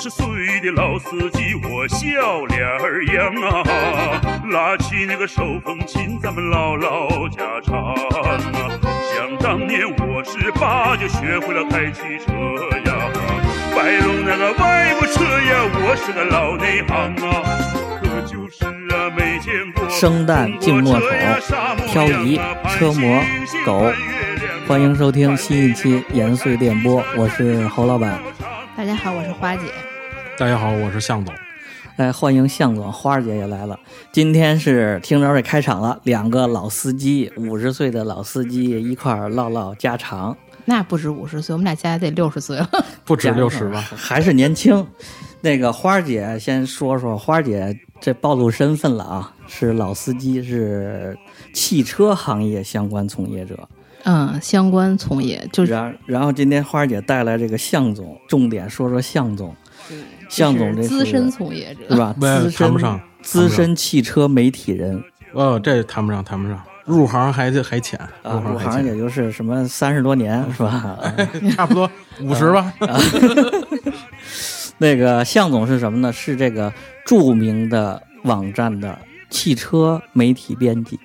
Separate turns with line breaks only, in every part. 十岁的老司机，我笑脸儿扬啊，拉起那个手风琴，咱们唠唠家常啊。想当年我十八就学会了开汽车呀，摆弄那个外国车呀，我是个老内行啊。可就是啊，没见过
生蛋浸墨草漂移车模狗欢迎收听新一期延绥电波我是侯老板。
大家好，我是花姐。
大家好，我是向总。
哎，欢迎向总，花儿姐也来了。今天是听着这开场了，两个老司机，五十岁的老司机一块儿唠唠家常，
那不止五十岁，我们俩加起来得六十岁了。
不止六十吧？
还是年轻。那个花儿姐先说说，花儿姐这暴露身份了啊，是老司机，是汽车行业相关从业者。
嗯，相关从业
嗯
就是
然然后今天花儿姐带来这个向总，重点说说向总。向总这
就是是资深从业者
是？吧？
没有
资深
谈不上
资深汽车媒体人
哦，这谈不上，谈不上。入行还得还浅，
啊，入
行
行
还
也就是什么三十多年是 吧？
浅，差不多五十吧。
啊那个向总是什么呢？是这个著名的网站的汽车媒体编辑，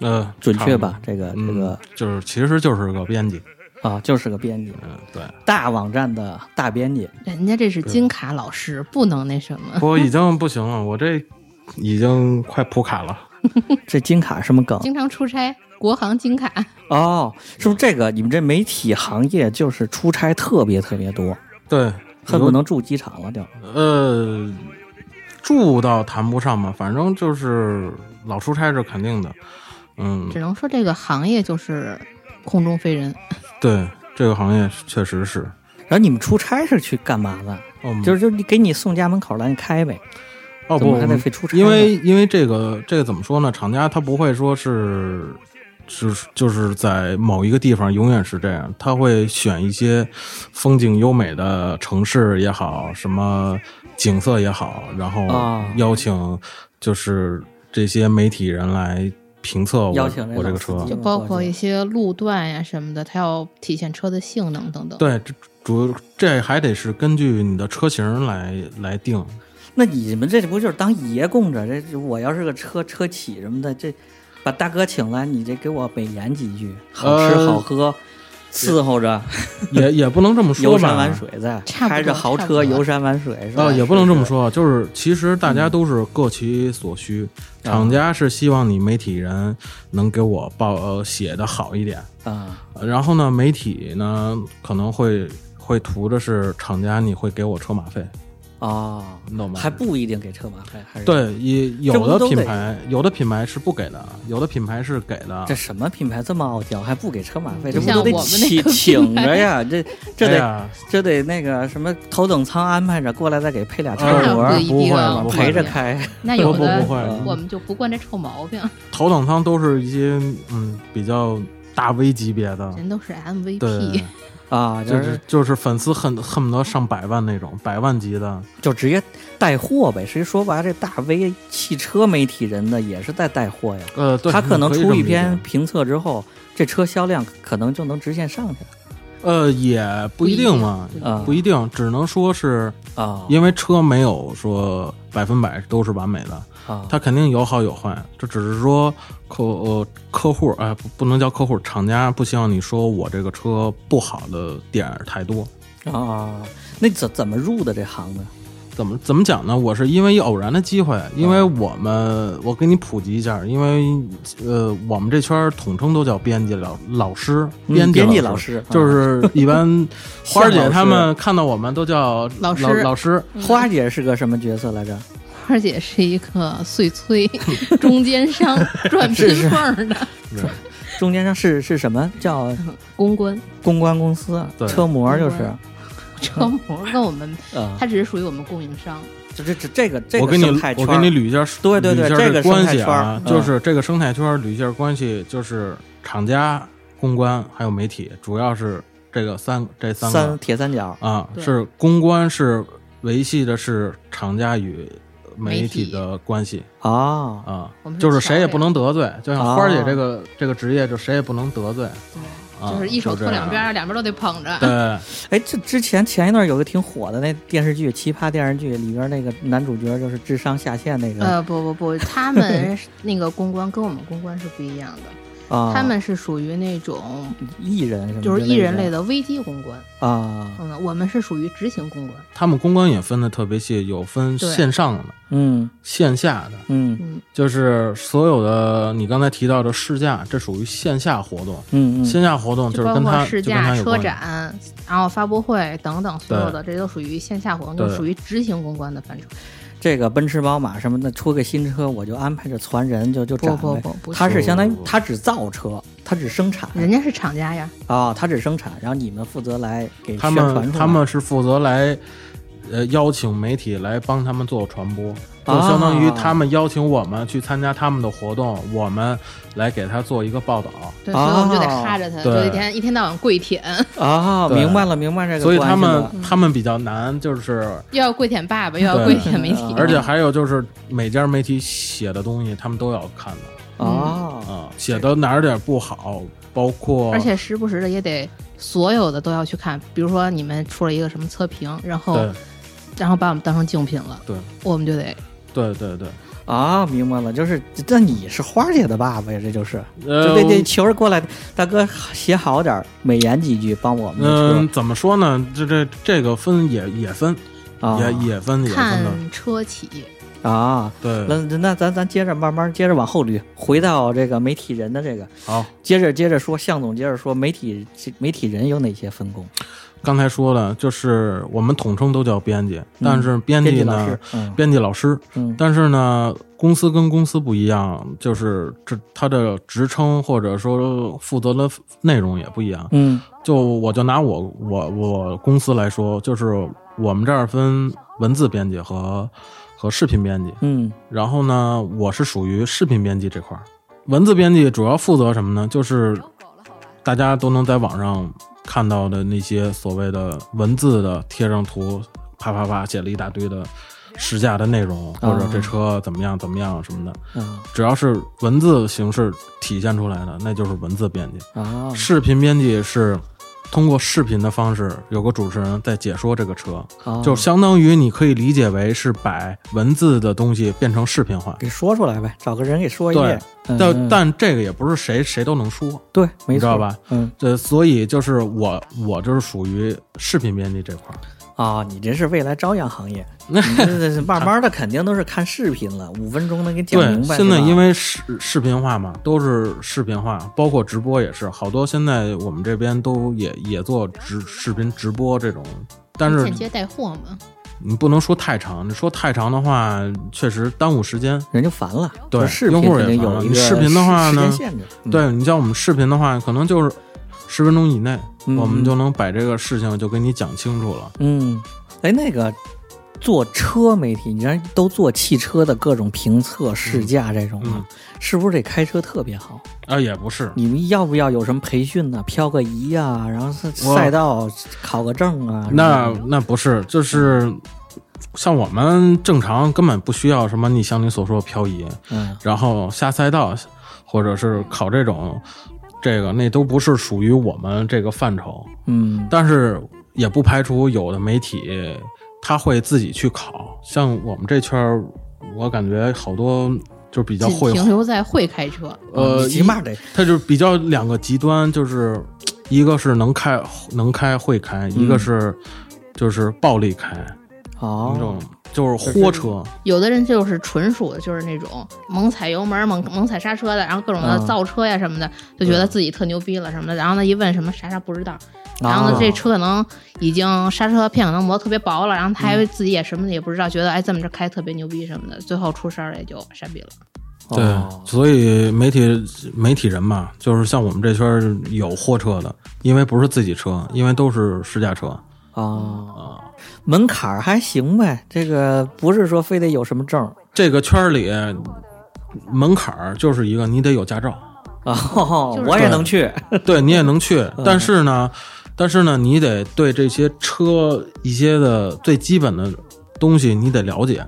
嗯，
准确吧
差？
这个
不
这
多？
个
嗯，就是其实就是个编辑。
啊，就是个编辑，
嗯，对。
大网站的大编辑。
人家这是金卡老师，不能那什么。
我已经不行了，我这已经快普卡了。
这金卡什么梗？
经常出差，国航金卡
哦，是不是这个？你们这媒体行业就是出差特别特别多，
对，
恨不能住机场了就。
呃，住倒谈不上吧，反正就是老出差是肯定的。嗯，
只能说这个行业就是空中飞人。
对，这个行业确实是。
然后你们出差是去干嘛的？
嗯，
就是就是你给你送家门口来，你开呗。
哦
怎
不，
么还得费出差呢
因为因为这个这个怎么说呢？厂家他不会说是是就是在某一个地方永远是这样，他会选一些风景优美的城市也好，什么景色也好，然后
啊
邀请就是这些媒体人来评测我
邀请这
我这
老
个
司
车
机。
就包括一些路段呀、什么的，它要体现车的性能等等。，
对，这主这还得是根据你的车型来来定。
那你们这不就是当爷供着？这我要是个车车企什么的，这把大哥请来，你这给我美言几句，好吃
呃
好喝，伺候着，
也也不能这么说吧，
游山玩水在，
差不多
开着豪车
差不多
游山玩水是吧？
啊，也不能这么说，就是其实大家都是各其所需，厂家是希望你媒体人能给我报呃写的好一点，
啊，
呃然后呢，媒体呢可能会会图的是厂家你会给我车马费，
哦，
你懂吗？
还不一定给车马费，还是，
对，也
这不都
有的
得
品牌有的品牌是不给的，有的品牌是给的
这。什么品牌这么傲娇，还不给车马费？这
就
不都得
像我们那
请
个
请
品牌
着呀？这这
哎
得、
呀
这得那个什么头等舱安排着过来，再给配俩车啊
呃
轮
那
儿
不一，
不
定
会不
我
会
陪着
看
开。
那有
不
的
不会
我们就不惯这臭毛病，
头等舱都是一些嗯比较大 V 级别的，
人都是 MVP
对。。
啊，就
就是是就是粉丝恨恨不得上百万那种，百万级的，
就直接带货呗。其实说白了，这大 V 汽车媒体人呢，也是在带货呀。
呃，对，
他可能
以
出
这么
一
理
篇
解，
评测之后，这车销量可能就能直线上去
呃，也不一定嘛，
不一定
啊
不一定，只能说是
啊
因为车没有说百分百都是完美的，
啊！
它肯定有好有坏，这只是说客呃客户哎、不不能叫客户，厂家不希望你说我这个车不好的点儿太多。
啊，那怎怎么入的这行呢？
怎么怎么讲呢？我是因为一偶然的机会，因
嗯
为我们我给你普及一下，因为呃，我们这圈儿统称都叫编辑老老师，
嗯
编
编辑
辑
老
师
师，嗯
就是一般 花儿
向老
姐
师
他们看到我们都叫
老师
老老师，
花姐是个什么角色来着？
花儿姐是一个碎催中间商，赚
是
拼
是
缝儿的
中间商是是什么叫
公关
公关公司
对
车模就是
车模，跟我们
啊
它，只是属于我们供应商。
这这这这个这
我
个
给你
生态圈
我
儿，
给你捋一下，
对对对
捋一下
这个生态
关系啊，
圈儿嗯
就是这个生态圈儿捋一下关系，就是厂家、公关还有媒体，主要是这个三这三个
三铁三角
啊，
对
是公关是维系的是厂家与媒体的关系
啊
啊
我们，是
就是谁也不能得罪，就像
啊
花儿姐这个这个职业，就谁也不能得罪。啊
就是一手
就这
托两
样
边儿，两边儿都得捧着。
啊对，
哎，这之前前一段有个挺火的那电视剧《奇葩电视剧》里边那个男主角就是智商下线那个啊、
嗯
呃，不不不，他们 是那个公关跟我们公关是不一样的，
啊
他们是属于那种
啊艺人什么
就是艺人类
的
的危机公关，
啊，
嗯，我们是属于执行公关，
他们公关也分的特别细，有分
对
线上的、
嗯
线下的，
嗯
嗯
就是所有的你刚才提到的试驾，这属于线下活动。
嗯嗯
线下活动就
就是包
跟他
括试
就跟他
驾、
有
车
关系，
展，然后发布会等等，所有
对
的这都属于线下活动，就
对
属于执行公关的范畴。
这个奔驰、宝马什么的出个新车，我就安排着传人就就展
不
呗。
不不不是
他是相当于
不
他只造车，他只生产
人家是厂家呀，
啊，他只生产，然后你们负责来给
他
宣传出
们
来。
他们是负责来，呃，邀请媒体来帮他们做传播，就
啊
相当于他们邀请我们去参加他们的活动，我们来给他做一个报道。
对，
哦
所以我们就得哈着他，
对
就一天一天到晚跪舔，
啊，
对
明白了明白这个
所
关
以
系了。
他们他们比较难，就是
又要跪舔爸爸，又要
对
跪舔 媒
嗯
体，啊
而且还有就是每家媒体写的东西，他们都要看的
啊，
啊，写的哪儿点儿不好，包括
而且时不时的也得所有的都要去看，比如说你们出了一个什么测评，然后
对
然后把我们当成竞品了，
对
我们就得
对对对，
啊，明白了，就是那你是花姐的爸爸呀，这就是，
呃
就这这球儿过来，大哥写好点儿，美言几句，帮我们
嗯、
的
怎么说呢？这这这个分也也分，
车啊
也也分也分的，
看车企，
啊。那
对，
那咱咱接着慢慢接着往后捋，回到这个媒体人的这个，
好。
接着接着说，向总接着说，媒体媒体人有哪些分工？
刚才说了，就是我们统称都叫编辑，但是编
嗯编
辑
辑老
呢
师，，嗯
编辑老师，
嗯
但是呢，公司跟公司不一样，就是这他的职称或者说负责的内容也不一样。
嗯
就我就拿我我我公司来说，就是我们这儿分文字编辑和和视频编辑，
嗯
然后呢，我是属于视频编辑这块儿，文字编辑主要负责什么呢？就是大家都能在网上看到的那些所谓的文字的贴上图，啪啪啪写了一大堆的试驾的内容，或者这车怎么样怎么样什么的，
啊
只要是文字形式体现出来的，那就是文字编辑。
啊
视频编辑是通过视频的方式，有个主持人在解说这个车，
啊，
就相当于你可以理解为是把文字的东西变成视频化。
给说出来呗，找个人给说一遍。嗯
但、
嗯
但这个也不是谁谁都能说，
对，没错，
你知道吧？
嗯
对，所以就是我我就是属于视频编辑这块儿。
啊，你这是未来朝阳 行业，你这这这慢慢的肯定都是看视频了，五分钟能给讲
对
明，白。
现在因
为
为视视频化嘛，都是视频化，包括直播也是，好多现在我们这边都也也做直视频直播这种。但是
间接带货嘛，
你不能说太长，你说太长的话，确实耽误时间。
人就烦了，
对
就视
用
频
户也
肯定
烦了
有一
你
个
视频的话呢
时间限制，嗯，
对你像我们视频的话，可能就是十分钟以内，
嗯
我们就能把这个事情就给你讲清楚了。
嗯，哎，那个做车媒体，你看都做汽车的各种评测、试
嗯
驾这种啊，是不是得开车特别好？
啊，也不是，
你们要不要有什么培训呢？漂个移呀、然后是赛道考个证啊？
那那不是，就是像我们正常根本不需要什么你像你所说的漂移，
嗯
然后下赛道，或者是考这种，这个那都不是属于我们这个范畴。
嗯
但是也不排除有的媒体他会自己去考，像我们这圈儿，我感觉好多就比较
仅
会
停留在会开车，
呃，
哦你起码得
它就是比较两个极端，就是一个是能开能开会开，一个是就是暴力开，那
哦
种就是豁车，
有的人就是纯属的就是那种猛踩油门、猛猛踩刹车的，然后各种的
嗯
造车呀什么的，就觉得自己特牛逼了什么的。然后呢，一问什么啥啥不知
啊
道，然后呢，这车可能已经刹车片可能磨得特别薄了，然后他
嗯
还自己也什么的也不知道，觉得哎这么着开特别牛逼什么的，最后出事儿了也就傻逼了。
对，
哦
所以媒体媒体人嘛，就是像我们这圈儿有货车的，因为不是自己车，因为都是试驾车，啊
哦，门槛儿还行呗，这个不是说非得有什么证儿
这个圈儿里门槛儿就是一个你得有驾照，
哦
就，是
我也能去
对你也能去，
嗯
但是呢，但是呢，你得对这些车一些的最基本的东西你得了解。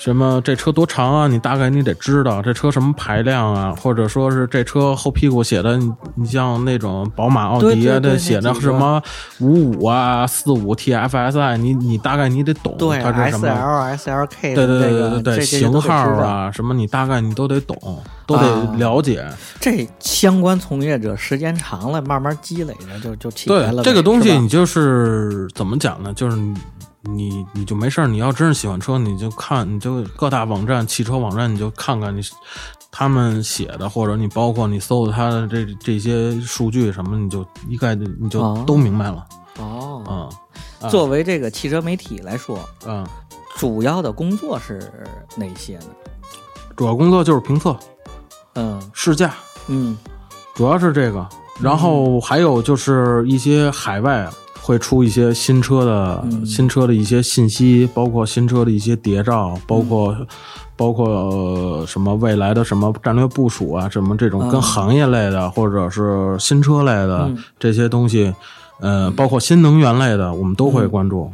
什么这车多长啊？你大概你得知道这车什么排量啊，或者说是这车后屁股写的，你你像那种宝马、奥
对
迪啊，
对对
这写
那
的
几
什
个
么五五啊、四五 TFSI，你你大概你得懂
对
它是
，S
什么。
L S L K
对对
这
对
个
对对
这
对，
这些都
型
得
号
知道，
啊，什么你大概你都得懂，都
啊
得了解。
这相关从业者时间长了，慢慢积累的就就起来了呗。
对这个东
是
西，
吧
你就是怎么讲呢？就是你你你就没事儿，你要真是喜欢车，你就看，你就各大网站、汽车网站，你就看看你他们写的，或者你包括你搜的他的这这些数据什么，你就一概的你就
哦
都明白了。
哦，
嗯啊
作为这个汽车媒体来说，
嗯，
主要的工作是哪些呢？
主要工作就是评测、
嗯
试驾，
嗯
主要是这个。然后还有就是一些海外会出一些新车的、
嗯
新车的一些信息，包括新车的一些谍
嗯
照，包括、包括、呃、什么未来的什么战略部署啊，什么这
嗯
种跟行业类的、或者是新车类的、
嗯
这些东西，呃，包括新能源类的，我们都会关注。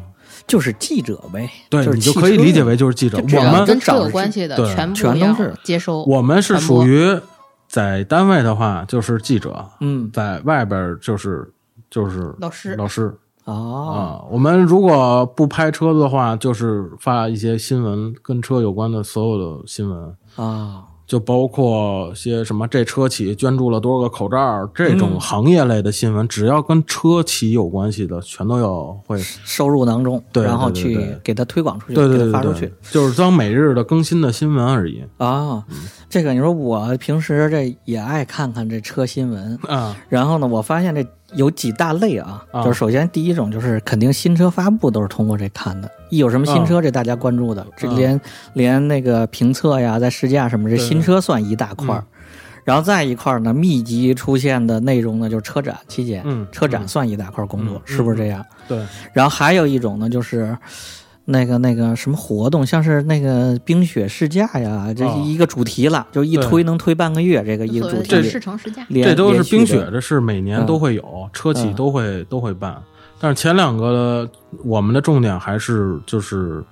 就是记者呗，
对
嗯是
你就
汽
可以
车
理解为就是记者，
就只
我
要
们
跟
跟车
找
有
是
关系的
对
全部
全都
要
是
接收。
我们是
传播
属于在单位的话就是记者，
嗯
在外边儿就是就是
老师
老师
哦
啊、我们如果不拍车的话，就是发一些新闻跟车有关的所有的新闻，
啊
就包括些什么这车企捐助了多少个口罩儿这种
嗯
行业类的新闻，只要跟车企有关系的，全都要会。
收入囊中，
对
然后
对对
去
对
给它推广出去，
对对
给它
对
发出
对
去
对，就是当每日的更新的新闻而已
啊。
嗯
这个你说我平时这也爱看看这车新闻，
啊。
然后呢，我发现这有几大类啊，
啊
就是首先第一种就是肯定新车发布都是通过这看的，一有什么新车
嗯
这大家关注的，这连连那个评测呀，在试驾什么，这
对嗯
新车算一大块儿。然后再一块儿呢，密集出现的内容呢，就是车展期间，
嗯
车展算一大块儿工作，
嗯
是不是这样？
对，
然后还有一种呢，就是那个那个什么活动，像是那个冰雪试驾呀，这
哦
一个主题了，就一
对
推能推半个月，这个一个
所
主
谓
题
的
这
试乘试驾，
连，
这都是
连续
冰
的
雪，这是每年都会有，车企
嗯
都会都会办。但是前两个我们的重点还是就是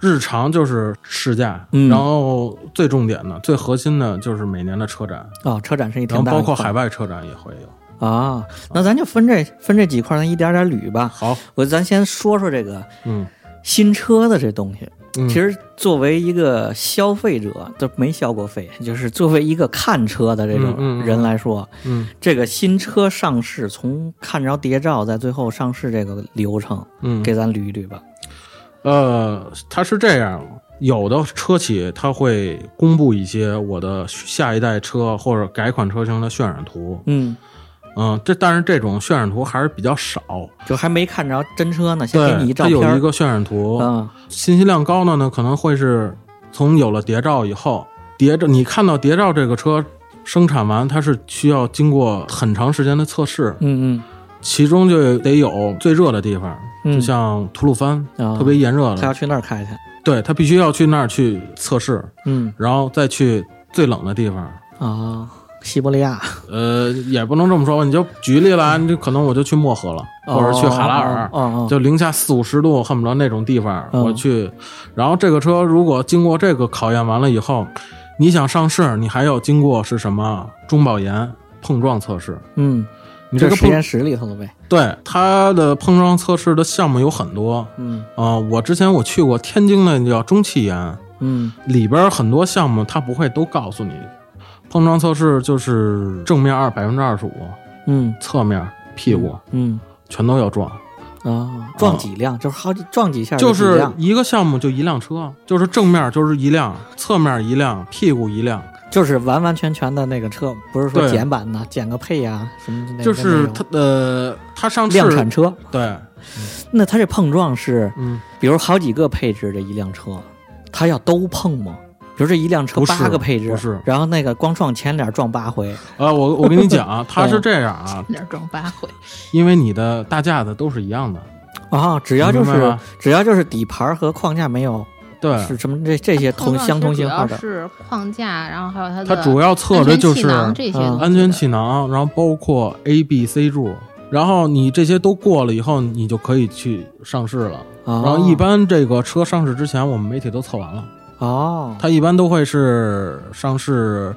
日常就是试驾，
嗯
然后最重点的、最核心的就是每年的车展，
哦，车展是一
然
挺
后
大的
包
一
括
块，
海外车展也会有。
啊。那咱就分这分这几块，咱一点点捋吧。
好，
我咱先说说这个
嗯，
新车的这东西。
嗯
其实作为一个消费者，都没消过费，就是作为一个看车的这
嗯
种
嗯嗯
人来说，
嗯
这个新车上市，从看着谍照，在最后上市这个流程，
嗯，
给咱捋一捋吧。
呃，它是这样，有的车企它会公布一些我的下一代车或者改款车型的渲染图，
嗯，
嗯，这但是这种渲染图还是比较少，
就还没看着真车呢，先
对，
给你一照
它有
片儿。
一个渲染图，
嗯
信息量高的呢，可能会是从有了谍照以后，谍照你看到谍照这个车生产完，它是需要经过很长时间的测试，
嗯
其中就得有最热的地方，
嗯
就像吐鲁番、
啊
特别炎热
嗯，他要
的，
去那儿开去。
对，它必须要去那儿去测试，
嗯
然后再去最冷的地方。
啊，西伯利亚
呃，也不能这么说吧，你就举例来，你就可能我就去漠河了，或者去海拉尔，
哦哦哦，
就零下四五十度，恨不得那种地方
嗯
我去。然后这个车如果经过这个考验完了以后，你想上市，你还要经过是什么中保研碰撞测试。
嗯，
你这个
实验
碰
室里头了呗。
对它的碰撞测试的项目有很多啊、
嗯
我之前我去过天津的叫中汽研，
嗯
里边很多项目它不会都告诉你，碰撞测试就是正面二百分之二十五，
嗯
侧面屁股
嗯
全都要撞。
啊，撞几辆就是好几撞几下
就
几
是
辆
一个项目就一辆车，就是正面就是一辆，侧面一辆，屁股一辆，
就是完完全全的那个车，不是说
对
减版的，减个配呀、什么之类的。
就是它呃，它上市
量产车，
对，
那它这碰撞是，
嗯，
比如好几个配置这一辆车，它要都碰吗？比如这一辆车
不是
八个配置，
不是
然后那个光撞前脸撞八回，
呃，我我跟你 讲啊，它是这样啊，
哪儿装八回？
因为你的大架子都是一样的，
啊，只要就
明白
是
吗
只要就是底盘和框架没有
对，
是什么这这些同
碰撞
相同
其实
型号
主要
的，
是框架，然后还有它
它
的
主要测的就是嗯
安全气囊这些东西
嗯
的
安全气囊，然后包括 A、B、C 柱，然后你这些都过了以后，你就可以去上市了。
然
然后一般这个车上市之前，我们媒体都测完了，
哦，
它一般都会是上市，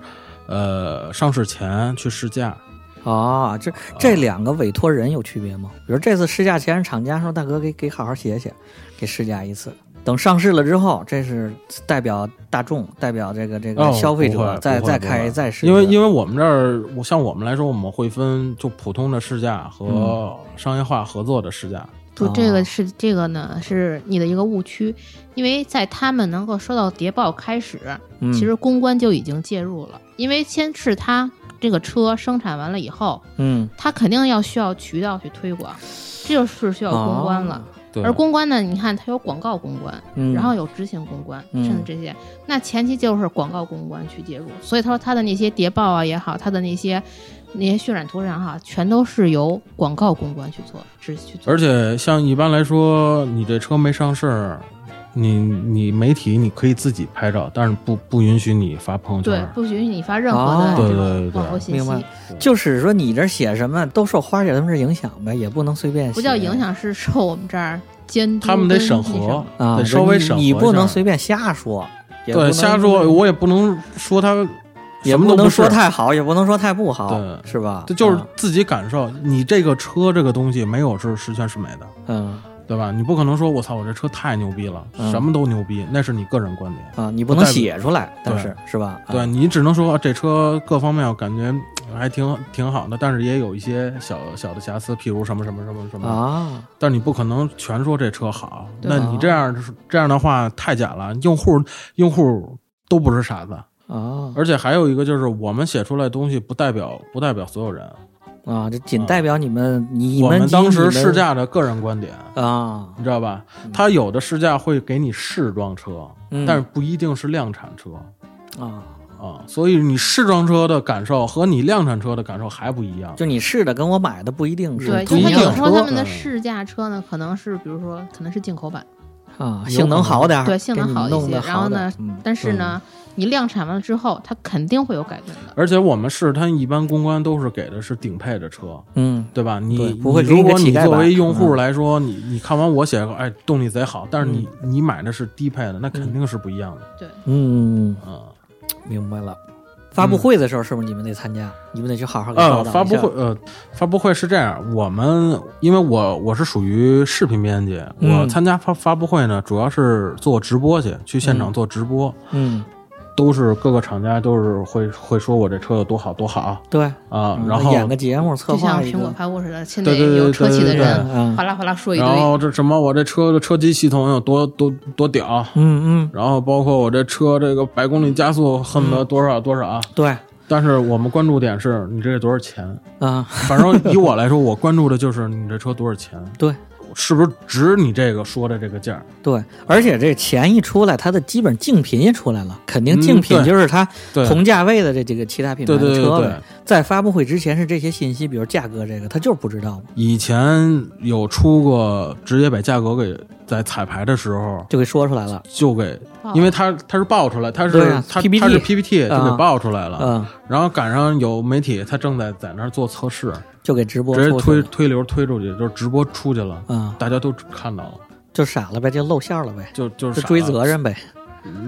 呃，上市前去试驾，
哦，这这两个委托人有区别吗？比如这次试驾前，厂家说大哥给给好好写写，给试驾一次。等上市了之后，这是代表大众，代表这个这个
哦
消费
不
者
会
再
不会
再
不会
开再试一
因
个。
为因为我们这儿，我像我们来说，我们会分就普通的试驾
嗯
和商业化合作的试驾。
不
哦，
这个是这个呢，是你的一个误区，因为在他们能够收到谍报开始，
嗯
其实公关就已经介入了，因为先是他这个车生产完了以后，
嗯
他肯定要需要渠道去推广，这就是需要公关了。
哦对，
而公关呢，你看它有广告公关，
哦嗯，
然后有执行公关，
嗯
甚至这些。那前期就是广告公关去介入，所以他说他的那些谍报啊也好，他的那些那些渲染图上哈，全都是由广告公关去做，只去做。
而且像一般来说，你这车没上市，你你媒体你可以自己拍照，但是不不允许你发朋友
对
圈，。
不允许你发任何的
哦
啊对
这
对
种
对
广告
对，
信
明白
息，
就是说你这写什么都受花姐他们这影响呗，也不能随便写。
不叫影响，是受我们这儿监督。
他们得审核，
嗯
啊，
得稍微
你
审核一
你
下
不能随便瞎说，也不
对
能
瞎说，我也不能说他
也
什么
不
都
能
不
说
是，
太好，也不能说太不好，
对
是吧？
这就是
啊
自己感受。你这个车这个东西没有是十全十美的，
嗯
对吧？你不可能说我操，我这车太牛逼了，
嗯
什么都牛逼，那是你个人观点。
啊，你不能
不代表
写出来，但
对
是是吧？啊
对你只能说啊这车各方面我感觉嗯还挺挺好的，但是也有一些小小的瑕疵，譬如什么什么什么什么。
啊，
但是你不可能全说这车好，
对
那你这样这样的话太假了，用户用户都不是傻子。
啊
而且还有一个就是，我们写出来的东西不代表不代表所有人，
啊！这仅代表你们，你
我
们
们
及
当
你
时
们
试驾的个人观点。
啊，
你知道吧？他有的试驾会给你试装车，
嗯
但是不一定是量产车
啊，
啊。所以你试装车的感受和你量产车的感受还不一样。
就你试的跟我买的不一定是
对，
同
就
一
他
辆
有时候
车
他们的
嗯
试驾车呢，可能是比如说可能是进口版，
啊，
有
性能
可能
好点儿，
对性
给
能
你
好一
弄
些
得，
然
好
后
点
呢
儿嗯，
但是呢，你量产完了之后，它肯定会有改动的。
而且我们试，它一般公关都是给的是顶配的车，
嗯
对吧？你
对不会
你
给你
如
个
果
乞
你
丐
作
版
为用户来说，你你看完我写个，哎，动力贼好，但是你、你买的是低配的，那肯定是不一样的。
对，
嗯，
嗯，
明白了。发布会的时候是不是你们得参加？你们得去好好给报，道
呃
一
嗯发布
下
会呃，发布会是这样，我们因为我我是属于视频编辑，
嗯
我参加发发布会呢，主要是做直播去，去现场做直播，
嗯，
都是各个厂家都是会会说我这车有多好多好
对，
啊，
嗯
然后
演个节目，策
就
划
像
一
苹果
个，
发布似的，现在
对对对
有车企的
对对
人
对
嗯
哗啦哗啦说一堆
然，后这什么我这车的车机系统有多多多屌，啊
嗯嗯，
然后包括我这车这个百公里加速恨不得多
嗯
少多少，
对
但是我们关注点是你这是多少钱，
啊，
反正以我来说，我关注的就是你这车多少钱。
对
是不是值你这个说的这个价儿？
对，而且这钱一出来，它的基本竞品也出来了，肯定竞品
嗯对
就是它
对
同价位的这几个其他品牌
对
的
对对
车
对
呗。在发布会之前是这些信息，比如价格这个，他就是不知道嘛，
以前有出过直接把价格给在彩排的时候
就给说出来了。
就给
哦，
因为它它是爆出来，它是
对啊
它
PPT
它是 PPT 就
啊
给爆出来了，
嗯，
然后赶上有媒体他正在在那儿做测试，
就给直播
直接
出去
推
了
推流推出去，就是直播出去了，
啊，
大家都看到了，
就傻了呗，就露馅了呗，
就就是
就
傻
追
了
责任呗。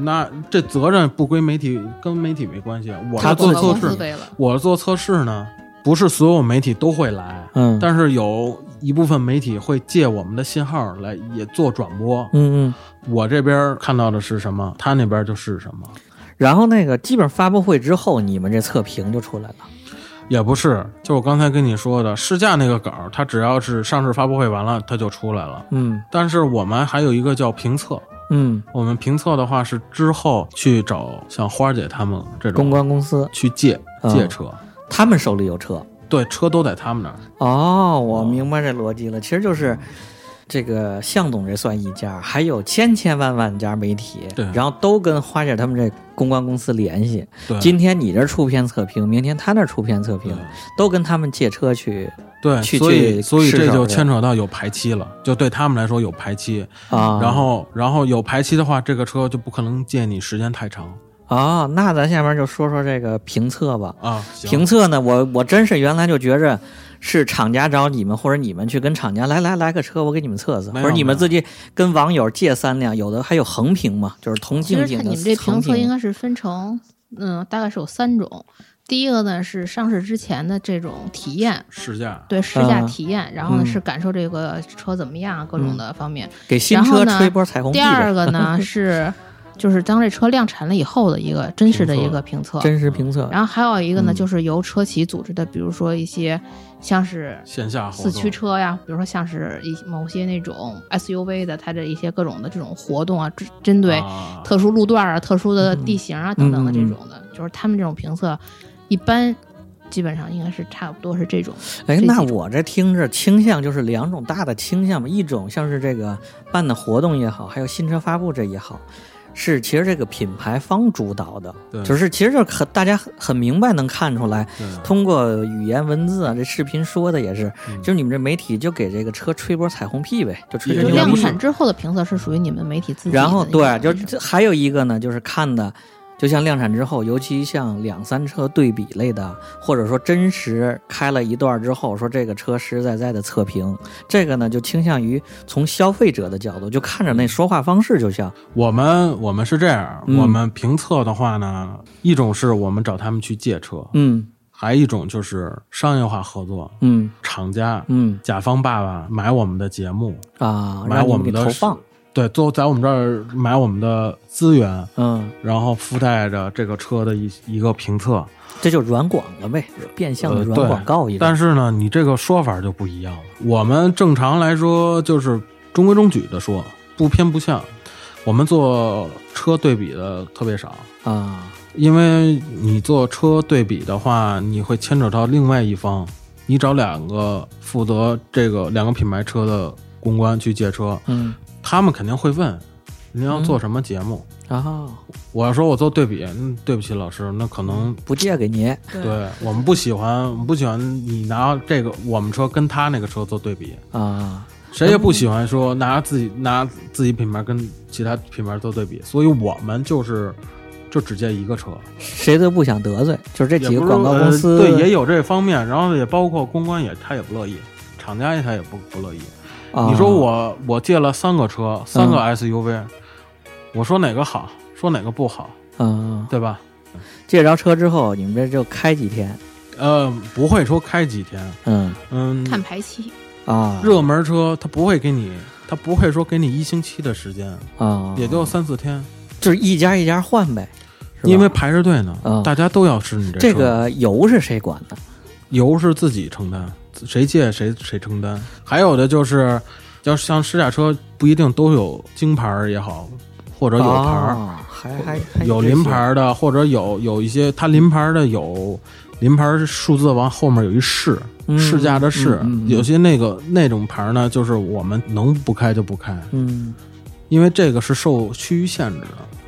那这责任不归媒体，跟媒体没关系。我
他
是做
自己
测
公司
试，
背了。
我做测试呢，不是所有媒体都会来，
嗯，
但是有一部分媒体会借我们的信号来也做转播。
嗯嗯。
我这边看到的是什么，他那边就是什么，
然后那个基本发布会之后，你们这测评就出来了。
也不是。就我刚才跟你说的，试驾那个稿，它只要是上市发布会完了，它就出来了。
嗯
但是我们还有一个叫评测，
嗯，
我们评测的话是之后去找像花儿姐他们这
公
种
关公司
去借
嗯
借车，
他们手里有车。
对，车都在他们那儿。
哦，我明白这逻辑了，其实
嗯
就是。这个向总这算一家，还有千千万万家媒体，
对
然后都跟花姐他们这公关公司联系。
对，
今天你这儿出片测评，明天他那儿出片测评
对，
都跟他们借车去
对，
去
所
去
以所以
试手
这就
去
牵扯到有排期了，就对他们来说有排期。
啊。
然后然后有排期的话，这个车就不可能借你时间太长
啊，那咱下面就说说这个评测吧。
啊。行
评测呢，我我真是原来就觉着是厂家找你们，或者你们去跟厂家来来来个车，我给你们测测，
没
或
有
者你们自己跟网友借三辆，有的还有横屏嘛，就是同
其
静
实
景
它
的
你们这
横
评测应
屏。
该是分成，嗯，大概是有三种。第一个呢是上市之前的这种体验，
试驾，
对试驾
嗯
体验，然后呢
嗯
是感受这个车怎么样啊，各种的方面。
给新
然后
车
呢
吹波彩虹屁
第
呗
二个呢是，就是当这车量产了以后的一个真实的
评测
一个评测。
真实评测，
然后还有一个呢，
嗯
就是由车企组织的，比如说一些像是
线下活
四
动
驱车呀，比如说像是一某些那种 SUV 的，它的一些各种的这种活动啊，针针对
啊
特殊路段啊、特殊的地形啊等等的这
嗯嗯
种的，就是他们这种评测，一般基本上应该是差不多是这种。
哎
这，几
那
种
我这听着倾向就是两种大的倾向吧，一种像是这个办的活动也好，还有新车发布这也好，是其实这个品牌方主导的，
对
就是其实就是很大家很很明白能看出来，
对
通过语言文字啊，这视频说的也是，
嗯
就是你们这媒体就给这个车吹波彩虹屁呗，就吹
也
吹
就
牛
就
量
逼
不是
产之后的评测是属于你们媒体自己的
然后
那种
对，啊就
那种
这还有一个呢，就是看的，就像量产之后，尤其像两三车对比类的，或者说真实开了一段之后，说这个车实实在在的测评，这个呢就倾向于从消费者的角度，就看着那说话方式，就像
我们我们是这样，
嗯
我们评测的话呢，一种是我们找他们去借车，
嗯
还一种就是商业化合作，
嗯
厂家、
嗯
甲方爸爸买我们的节目，
啊，
买
让
我
你
们
给
的
投放，
对，都在我们这儿买我们的资源，
嗯，
然后附带着这个车的一一个评测。
这就软广了呗，变相的
呃
软
对
广告一种。
但是呢，你这个说法就不一样了。我们正常来说就是中规中矩的说，不偏不向。我们做车对比的特别少，
啊，
因为你做车对比的话，你会牵扯到另外一方。你找两个负责这个两个品牌车的公关去借车，
嗯
他们肯定会问您要做什么节目。
啊，
我要说我做对比，嗯，对不起老师，那可能
不借给您，
对我们不喜欢，我们不喜欢你拿这个我们车跟他那个车做对比，
啊，
谁也不喜欢说拿自己拿自己品牌跟其他品牌做对比，所以我们就是就只借一个车，
谁都不想得罪，就是这
也
几个
不是
广告
呃
公司
对也有这方面，然后也包括公关也他也不乐意，厂家也他也不不乐意。
啊嗯
你说我我借了三个车，三个 SUV，、我说哪个好，说哪个不好，
啊，
对吧？
借着车之后，你们这就开几天，
呃，不会说开几天，
嗯
嗯，
看排期，
啊，
热门车它不会给你，它不会说给你一星期的时间，
啊，
也就三四天，
就是一家一家换呗，是吧
因为排着队呢，
嗯
大家都要吃你
这
车
个油是谁管的？
油是自己承担，谁借谁谁承担。还有的就是，要像试驾车不一定都有京牌儿也好，或者有牌儿、
啊还还还
有
这些
临牌儿的，或者有有一些它临牌儿的有临牌儿数字往后面有一试。
嗯
试驾的试，
嗯嗯嗯
有些那个那种牌儿呢，就是我们能不开就不开，
嗯
因为这个是受区域限制的。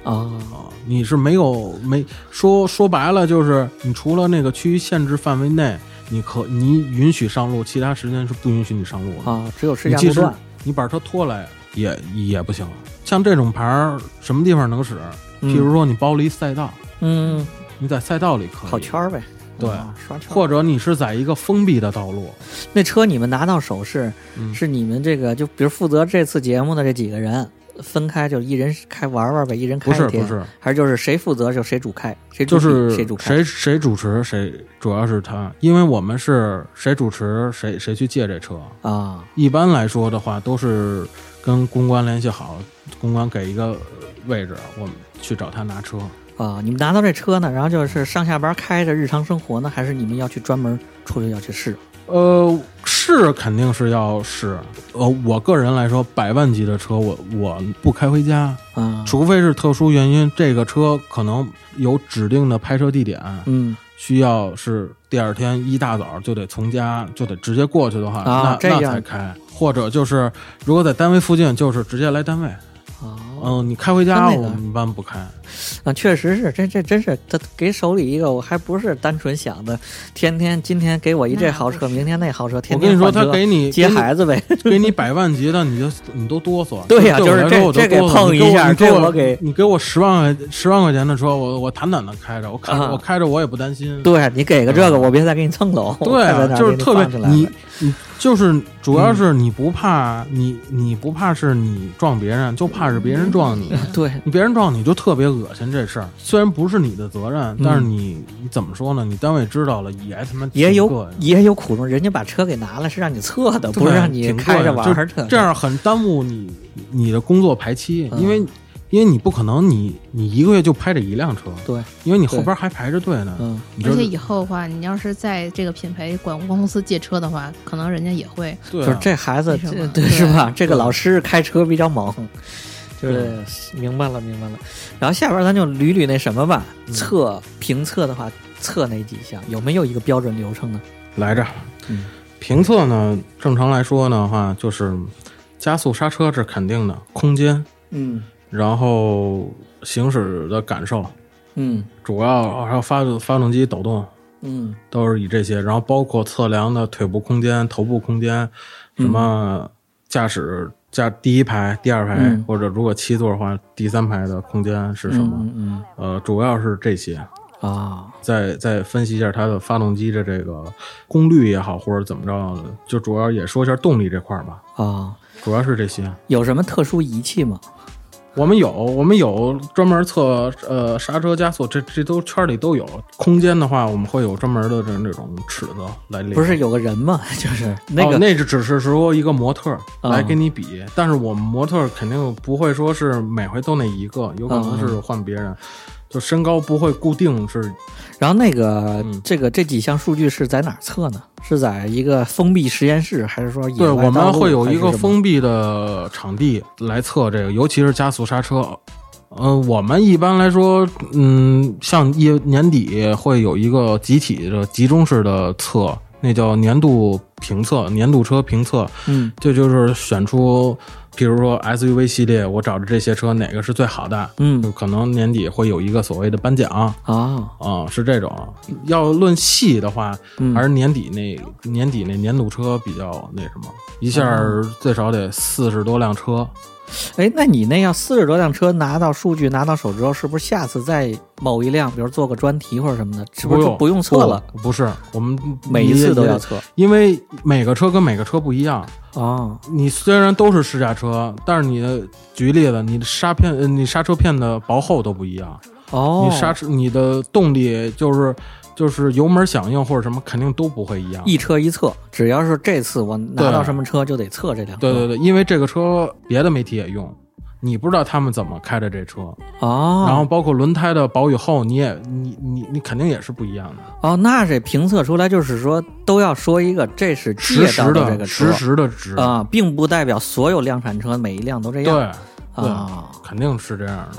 啊
啊，你是没有没说说白了，就是你除了那个区域限制范围内，你可你允许上路，其他时间是不允许你上路的。
啊，只有试
你
驾
即
路
使
段
你把车拖来也也不行。像这种牌儿，什么地方能使？譬如说你包了一赛道，
嗯
你在赛道里可以
跑圈儿呗，
对
啊刷圈儿。
或者你是在一个封闭的道路，
那车你们拿到手是
嗯
是你们这个就比如负责这次节目的这几个人分开，就一人开玩玩呗，一人开
不是
一天
不是，
还是就是谁负责就谁主开，谁主
就
体
是
谁主开
谁谁主持谁，主要是他，因为我们是谁主持谁谁去借这车。
啊
一般来说的话，都是跟公关联系好，公关给一个呃位置，我们去找他拿车。
啊，你们拿到这车呢，然后就是上下班开着日常生活呢，还是你们要去专门出去要去试？
呃，试肯定是要试。呃，我个人来说，百万级的车我我不开回家，
啊，
除非是特殊原因，这个车可能有指定的拍摄地点，
嗯
需要是第二天一大早就得从家就得直接过去的话，
啊这
那那
样
才开。或者就是如果在单位附近，就是直接来单位。
啊，
嗯、你开回家
跟那个
我们一般不开。
啊，确实是，这这真是他给手里一个，我还不是单纯想的，天天今天给我一这豪车，明天那豪车，天
我跟
天
你说，
换
他
车
给 你
接孩子呗，
子，给你百万级的，你就你都哆嗦。
对呀
我
就是
来
这
说我就
这给
哆嗦
碰
你
一下
我你
这
我
我给
你给我十万块十万块钱的车，我我坦坦的开着，我看
啊
我开着我也不担心。
对你给个这个，我别再给你蹭走，
嗯 对
我看在
啊，
哪儿
就是
给
特别
放起来
你
了嗯
你就是主要是你不怕你你不怕是你撞别人，就怕是别人 撞你。
对
你别人撞你就特别恶心这事儿，虽然不是你的责任，但是你你怎么说呢？你单位知道了也他妈挺
嗯也有
膈应
也有苦衷，人家把车给拿了是让你测的，
对
不是让你
挺膈应
开着玩儿
就
的，
这样很耽误你你的工作排期，
嗯
因为因为你不可能你你一个月就拍这一辆车，
对，
因为你后边还排着队呢。
嗯，
你
而
就
且以后的话，你要是在这个品牌管公司借车的话，可能人家也会
对
就
啊
是这孩子
没什么
这
对
是吧？这个
对
老师开车比较猛，就是明白了明白了。然后下边咱就捋捋那什么吧，
嗯
测评测的话，测哪几项有没有一个标准流程呢？
来着
嗯。
评测呢，正常来说呢话就是加速、刹车这肯定的，空间，
嗯
然后行驶的感受，
嗯
主要还有发动发动机抖动，
嗯
都是以这些，然后包括测量的腿部空间、头部空间，什么驾驶驾第一排、第二排，
嗯
或者如果七座的话，第三排的空间是什么？
嗯嗯
呃，主要是这些。
嗯啊
再再分析一下它的发动机的这个功率也好，或者怎么着的，就主要也说一下动力这块儿吧，
啊，
主要是这些。
有什么特殊仪器吗？
我们有，我们有专门测呃刹车加速，这这都圈里都有。空间的话，我们会有专门的这这种尺子来量。
不是有个人吗？ 就是那
哦、
个
那是只是说一个模特儿
嗯
来跟你比，但是我们模特儿肯定不会说是每回都那一个，有可能
嗯
是换别人，就身高不会固定是
然后那个、
嗯
这个这几项数据是在哪儿测呢？是在一个封闭实验室，还是说野
对，
外道
我们
路
会有
还
一
是
个
什么
封闭的场地来测这个，尤其是加速刹车。呃，我们一般来说，嗯，像一年底会有一个集体的集中式的测，那叫年度评测、年度车评测。
嗯
这就是选出，比如说 SUV 系列，我找着这些车哪个是最好的，就
嗯
可能年底会有一个所谓的颁奖啊、
啊
是这种。要论细的话，
嗯
还是年底那年底那年度车比较那什么，一下儿最少得四十多辆车。
哎，那你那要四十多辆车拿到数据拿到手之后，是不是下次在某一辆，比如做个专题或者什么的，是不是就
用
不用测了？
不，不是，我们
每一次都要
也
测
因为每个车跟每个车不一样。
啊？
你虽然都是试驾车，但是你的举例子，你的刹片、呃你刹车片的薄厚都不一样。
哦，
你刹车你的动力就是就是油门响应或者什么肯定都不会一样。
一车一测，只要是这次我拿
对
到什么车就得测这辆车。
对对对，因为这个车别的媒体也用，你不知道他们怎么开的这车，
哦，
然后包括轮胎的保与后，你也你你你肯定也是不一样的，
哦，那这评测出来就是说都要说一个这是
实
借到
时
这个
的
车
实时的值，
啊、并不代表所有量产车每一辆都这
对
样。
对，
啊，
肯定是这样的。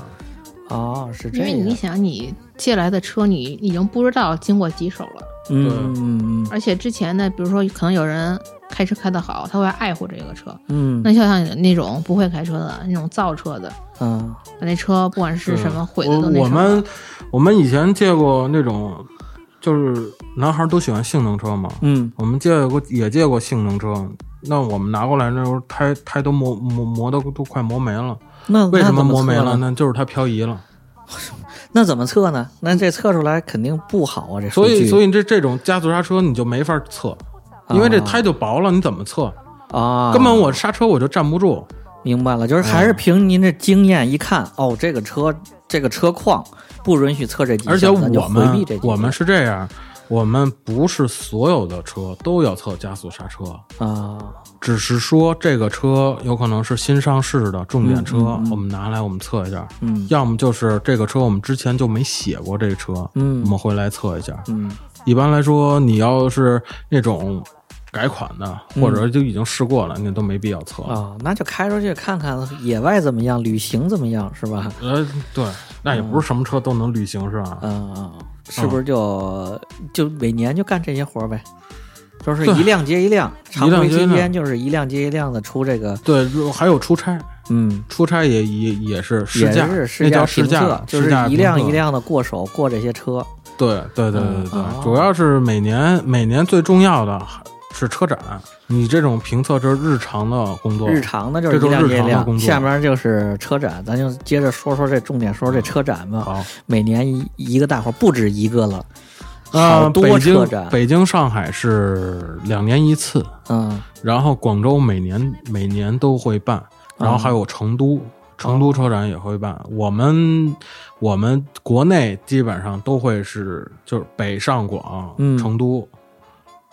哦，是这
因为你
样。
想，你借来的车你已经不知道经过几手了，
嗯
对
嗯嗯
而且之前呢，比如说可能有人开车开得好，他会爱护这个车。
嗯
那就像那种不会开车的那种造车的，
嗯
把那车不管是什么毁的
我
都那
我
什么
们我们以前借过那种，就是男孩都喜欢性能车嘛，
嗯
我们借过也借过性能车，那我们拿过来那时候胎胎都磨磨磨的都快磨没了，
那
为什
哦那怎
磨没
测
了
呢？
呢？就是它漂移了。
那怎么测呢？那这测出来肯定不好啊，这
所以所
以
以这这种加速刹车你就没法测，因为这胎就薄了，你怎么测？
啊，
根本我嗯刹车我就站不住。
明白了，就是还是凭您这经验一看，哦，这个车这个车况不允许测这几项，
而且
咱就
我
回
们
避这几项
我们是这样，我们不是所有的车都要测加速刹车，
啊，
只是说这个车有可能是新上市的重点车，
嗯嗯嗯
我们拿来我们测一下。
嗯
要么就是这个车我们之前就没写过这个车，
嗯
我们回来测一下。
嗯
一般来说，你要是那种改款的，或者就已经试过了，那都没必要测。
嗯啊，那就开出去看看野外怎么样，旅行怎么样，是吧？
呃，对，那也不是什么车都能旅行，是吧？
嗯，嗯，是不是就、就每年就干这些活儿呗？就是一辆接一辆，常
一辆
规
接一
期
辆
间就是一辆接一辆的出这个
对，还有出差，
嗯，
出差也也也是试
也
驾，
是
那
试
叫
驾
试
评
驾
测，，就是
试驾
一辆
评测
一。辆的过手过这些车。
对对对对
嗯
对对，
哦
主要是每年每年最重要的是车展，你这种评测就是日常的工作，
日常的就是
这
一
种
辆
日
接一
常的工
辆，
作
下面就是车展，咱就接着说说这重点，说说这车展吧。
好。
每年一一个大伙儿不止一个了，好
啊，
多
北
车
京
展。
北京、上海是两年一次，
嗯，
然后广州每年每年都会办，然后
嗯
还有成都，成都车展也会办。我们我们国内基本上都会是就是北上广、
嗯
成都，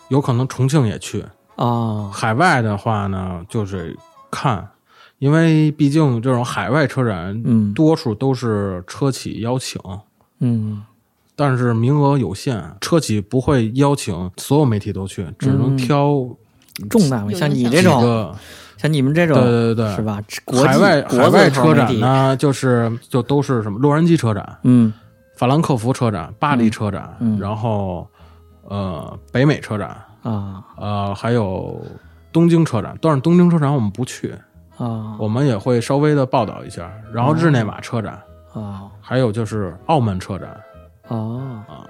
有可能重庆也去。
哦，
海外的话呢，就是看，因为毕竟这种海外车展，
嗯
多数都是车企邀请。
嗯，
但是名额有限，车企不会邀请所有媒体都去，只
嗯
能挑
重大像你这
几
种，
个。
像你们这种，
对对对
是吧？国际
海外海
国
外
外
车展？呢，就是就都是什么洛杉矶车展、
嗯
法兰克福车展、巴黎车展，
嗯嗯
然后呃北美车展，
啊
呃还有东京车展。但是东京车展我们不去，
啊
我们也会稍微的报道一下。然后日内瓦车展，
啊
还有就是澳门车展
哦！
啊。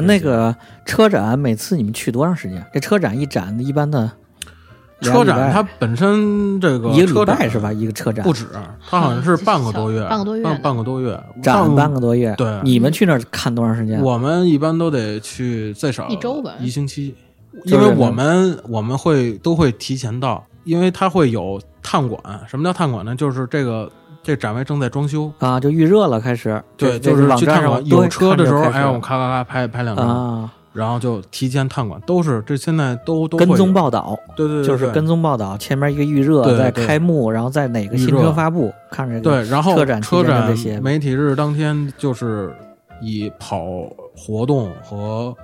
那
是
那个车展每次你们去多长时间？这车展一展一般的两
车
礼
展
拜
它本身这个
一个
车
礼
展
拜是吧？一个车展
不止，它好像是半个多月，
半个多月呢
半半个多月，
展
但
半个多月，
对
你们去那儿看多长时间？啊
我们一般都得去最少
一周吧
一星期，
就
因
是
为我们我们会都会提前到，因为它会有探馆。什么叫探馆呢？就是这个这展位正在装修，
啊，就预热了，开始
对，
这
就
这
是
网
去
站
探
上
馆。
都会
有车的时候，
看着开
哎，
始
我们咔咔咔拍拍两张，
啊，
然后就提前探馆，都是这现在都都会
跟踪
有，
报道
对对，对
就是
对
跟踪报道，前面一个预热，
对
在
对
开幕，然后在哪个
预
新
热
车发布，看这个
对，然后
车展期
车
间的
展
这些
媒体日当天就是以跑活动和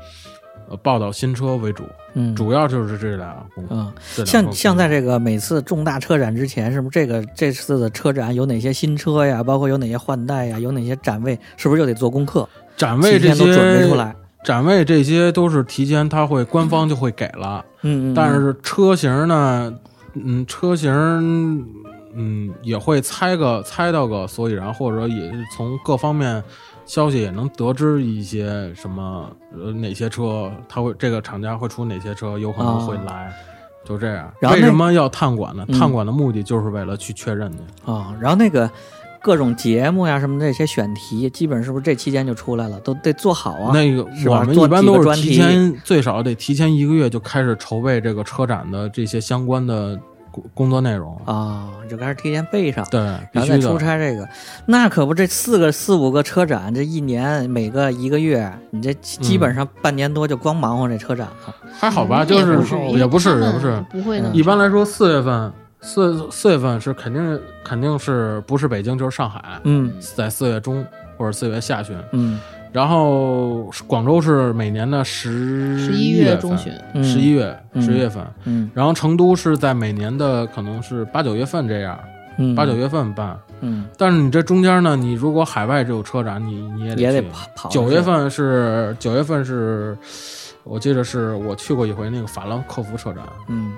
呃报道新车为主，
嗯
主要就是这俩工作。
嗯，
这两
像
个
像
工作
在这个每次重大车展之前，是不是这个这次的车展有哪些新车呀？包括有哪些换代呀？有哪些展位？是不是就得做功课？
展
提
位这
前
些
都准备出来。
展位这些都是提前，他会官方就会给了。
嗯嗯，
但是车型呢，嗯，车型嗯也会猜个猜到个所以然，或者说也是从各方面消息也能得知一些什么呃哪些车，他会这个厂家会出哪些车，有可能会来。就这样，
啊然后
为
那
什么要探馆呢？
嗯
探馆的目的就是为了去确认去。
啊、然后那个各种节目呀什么这些选题，基本是不是这期间就出来了？都得做好啊。
那个
是
我
吧
们
做
一般
几个
都
专
是
题
提前最少得提前一个月就开始筹备这个车展的这些相关的工工作内容。
啊、你就开始提前备上。
对，必
然后
须
再
的
出。差这个，那可不，这四个四五个车展，这一年每个一个月，你这
嗯
基本上半年多就光忙活这车展了。
还好吧，
嗯
就
也
是
不是
也不是
他
也
们
不是。嗯
不会那么
一般来说，四月份四四月份是肯定肯定是不是北京就是上海，
嗯
在四月中或者四月下旬。
嗯
然后广州是每年的十
十一
月
月
份
中旬，
嗯
十一月
嗯
十月份。
嗯
然后成都是在每年的可能是八九月份这样，
嗯，
八九月份办。
嗯
但是你这中间呢，你如果海外这有车展，你你也
也得
去
跑跑
九
着
月
去
份是九月份是，我记得是我去过一回那个法兰克福车展，
嗯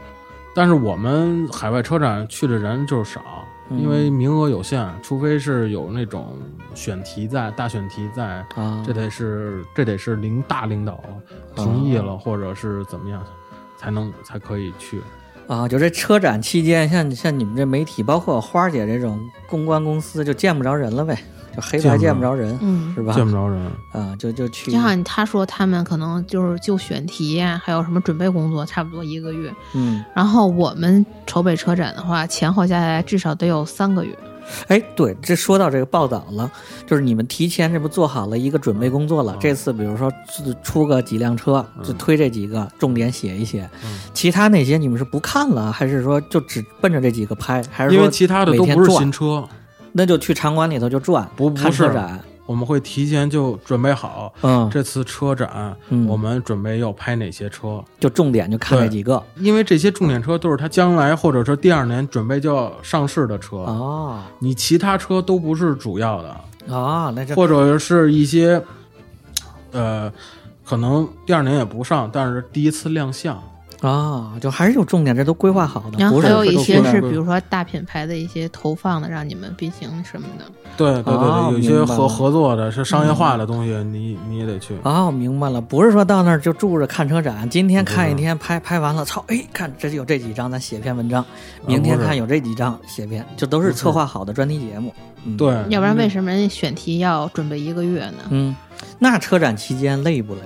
但是我们海外车展去的人就是少，
嗯
因为名额有限，除非是有那种选题在大选题在，
啊，
这得是这得是领大领导同意了，或者是怎么样，才能才可以去。
啊，就这车展期间，像像你们这媒体，包括花姐这种公关公司，就见不着人了呗，就黑白见
见
不
不
着人，
嗯
是吧？
见不着人，
啊，就就去
就，像他说，他们可能就是就选题呀，还有什么准备工作，差不多一个月。
嗯，
然后我们筹备车展的话，前后加起来至少得有三个月。
哎，对，这说到这个报道了，就是你们提前这不做好了一个准备工
啊
作了？这次比如说出出个几辆车，
嗯
就推这几个，重点写一写，其他那些你们是不看了，还是说就只奔着这几个拍？还是
因
说
为其他的
每
都
天
不是
转
新车，
那就去场馆里头就转，
不不
看
是
车展，
我们会提前就准备好。
嗯，
这次车展，
嗯
我们准备要拍哪些车？
就重点就看这
对
几个。
因为这些重点车都是它将来或者说第二年准备就要上市的车，
哦
你其他车都不是主要的，
哦，那这
或者是一些，呃，可能第二年也不上，但是第一次亮相，
啊，就还是有重点，这都规划好的，
然后
不是
还有一些
不是
是，
不是
比如说大品牌的一些投放的，让你们并行什么的。
对对对
啊
对，有一
明
些
白了嗯
合合作的是商业化的东西，你你也得去。
哦，明白了，不是说到那儿就住着看车展，今天看一
嗯
天拍拍完了，操，哎，看这就有这几张，咱写篇文
啊
章；明天
不是
看有这几张，写篇，就都是
不是
策划好的专题节目。嗯，
对，，
要不然为什么人家选题要准备一个月呢？
嗯，那车展期间累不累？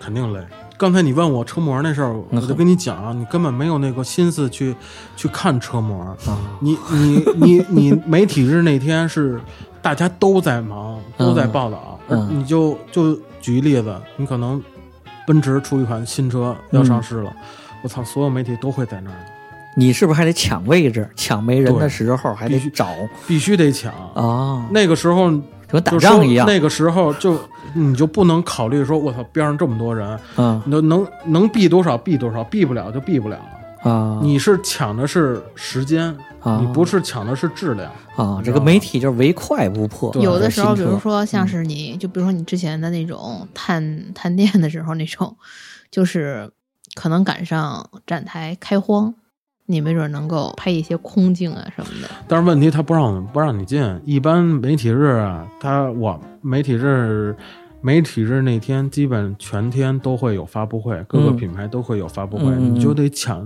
肯定累。刚才你问我车模那事儿，我
嗯
就跟你讲啊，你根本没有那个心思去去看车模。
啊，
你你你你媒体日那天是大家都在忙，
嗯
都在报道。
嗯
而你就就举一例子，你可能奔驰出一款新车要上市
嗯
了，我操，所有媒体都会在那儿，
你是不是还得抢位置？抢没人的
对
时候还得
必须
找
必须得抢。
啊，
那个时候
就跟打
就
仗
说
一样。
那个时候就你就不能考虑说，我操，边上这么多人，
嗯
能能能避多少避多少，避不了就避不了。
啊，
你是抢的是时间，
啊
你不是抢的是质量。
啊，
知
这
道
个
吗
媒体就是唯快不破。
对
有的时候，比
啊这新车
如说像是你，就比如说你之前的那种探探店的时候，那种就是可能赶上展台开荒，你没准能够拍一些空镜啊什么的。
但是问题他不让我们不让你进，一般媒体日啊，他我媒体日。媒体日那天，基本全天都会有发布会，各个
嗯
品牌都会有发布会，
嗯嗯嗯
你就得抢。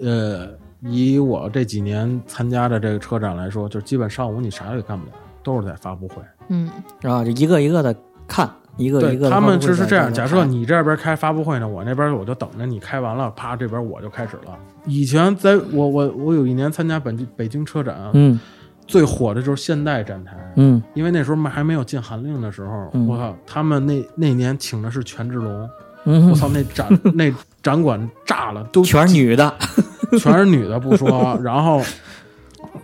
呃，以我这几年参加的这个车展来说，就基本上午你啥也干不了，都是在发布会。
嗯，
啊，就一个一个的看，一个一个
对
的
他
发布
们
会
只是
在
这样，
在
假设你这边开发布会呢，我那边我就等着你开完了，啪，这边我就开始了。以前在我我我有一年参加本地北京车展，
嗯
最火的就是现代展台，
嗯
因为那时候还没有禁韩令的时候，
嗯
我靠，他们那那年请的是权志龙，
嗯
我，操，那展那展馆炸了，都
全是女的，
全是女的不说，啊然后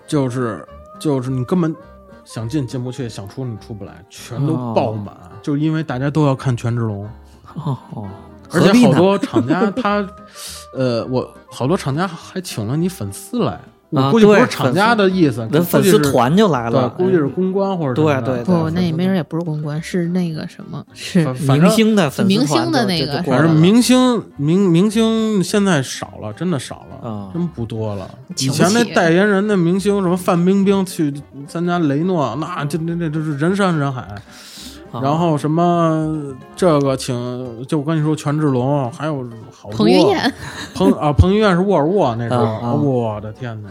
就是就是你根本想进进不去，想出你出不来，全都
哦
爆满，就因为大家都要看权志龙。
哦，何
而且
必
好
呢
多厂家 他，呃，我好多厂家还请了你粉丝来，
啊
我估计不
对
是厂家的意思，
人粉
估计
丝
是
团就来
对
了，，嗯
估计是公关或者
对
什么的
对
不，
对
那也没
啊反
准也不是公关，是哦那个什么，是
反反
明
正
星的粉丝
明星
团
的
就
那
就
个
就过
反
来
正
了
明星明明星现在少了，真的少了，
啊
真不多了。以
请不
前那
起
代言人的明星，什么范冰冰去参加雷诺，那就那那就是人山人海。
啊
然后什么这个请，就我跟你说，权志龙，还有好多
彭于晏，
彭啊，彭于晏是沃尔沃那时候，哦
啊啊
我的天哪！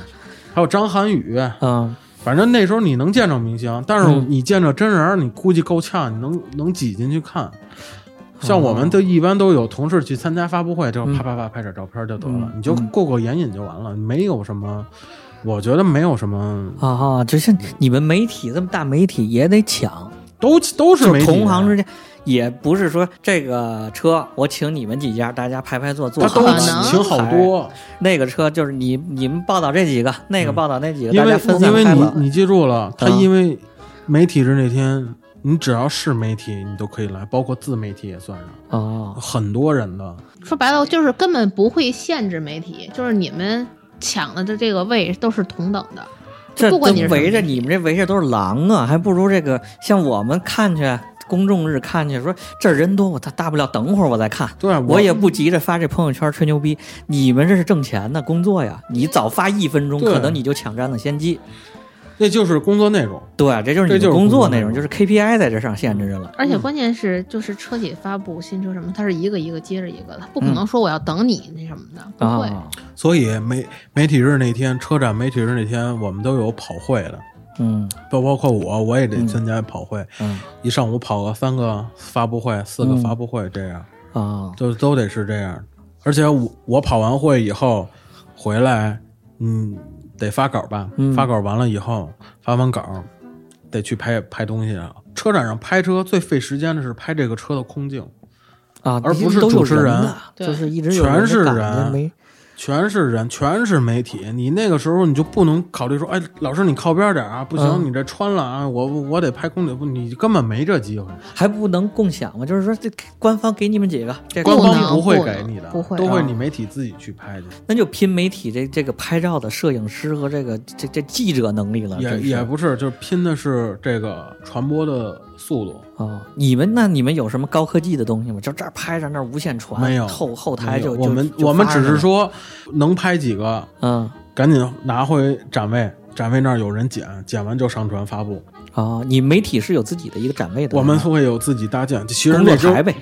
还有张涵予，
嗯
反正那时候你能见着明星，但是
嗯
你见着真人儿，你估计够呛，你能能挤进去看。像我们都一般都有同事去参加发布会，就
哦嗯
啪啪啪拍点照片就得了，
嗯
你就
嗯
过过眼瘾就完了，没有什么，我觉得没有什么，
啊啊，就像你们媒体这么大媒体也得抢，
都都是
就
媒体啊
同行之
人，
间。也不是说这个车我请你们几家，大家排排坐坐
他
好
都
了。
可能
请好多，嗯
那个车就是你你们报道这几个，那个报道那几个，
因
大
为
家分散
因为
开
你
了。
你记住了，他
啊
因为媒体日那天，你只要是媒体，你都可以来，包括自媒体也算上。
哦，
很多人的，
说白了就是根本不会限制媒体，就是你们抢的的这个位都是同等的。
这
不管你
这
是什么
围着
媒体
你们这围着都是狼啊，还不如这个像我们看去公众日看去，说这儿人多，我大大不了等会儿我再看。
对啊我
我也不急着发这朋友圈吹牛逼，你们这是挣钱的工作呀！你早发一分钟，
对
可能你就抢占了先机。
那就是工作内容。
对，这就是
这
你
就
的
是
工作
工作内
内容，
容
就是 KPI 在这上限制着了。
而且关键是，就是车企发布新车什么，它是一个一个接着一个的，它不可能说我要等你那什么的，不会。
嗯啊，
所以媒媒体日那天，车展媒体日那天，我们都有跑会的，
嗯
包包括我，我也得参加跑会，
嗯
一上午跑个三个发布会，四个
嗯
发布会，这样、
啊，
就都得是这样。而且我我跑完会以后回来，嗯，得发稿吧，
嗯
发稿完了以后，发完稿得去拍拍东西啊。车展上拍车最费时间的是拍这个车的空镜，
啊，
而不是
都有
主持人
人的，
对
就是一直有
全是
人的
人
感觉没
全是人，全是媒体。你那个时候你就不能考虑说，哎，老师你靠边点啊，不行，
嗯
你这穿了啊，我我得拍空姐，不，你根本没这机会。
还不能共享吗？就是说这官方给你们几个，这
官
不能
方不会
不
给
能
你的，
不会
都会
啊
你媒体自己去拍去，
那就拼媒体这这个拍照的摄影师和这个这这记者能力了，
也
真是
也不是，就是拼的是这个传播的
速度。
哦，你们那你们有什么高科技的东西吗？就这儿拍着那儿无线传，
没有
后后台
没有
就
我们
就
我们
就发
只
上
是
了，
说能拍几个，
嗯，
赶紧拿回展位，展位那儿有人剪，剪完就上传发布。
哦，你媒体是有自己的一个展位的，
我们
是吧
会有自己搭建，其实
工
那
作
时候
台呗，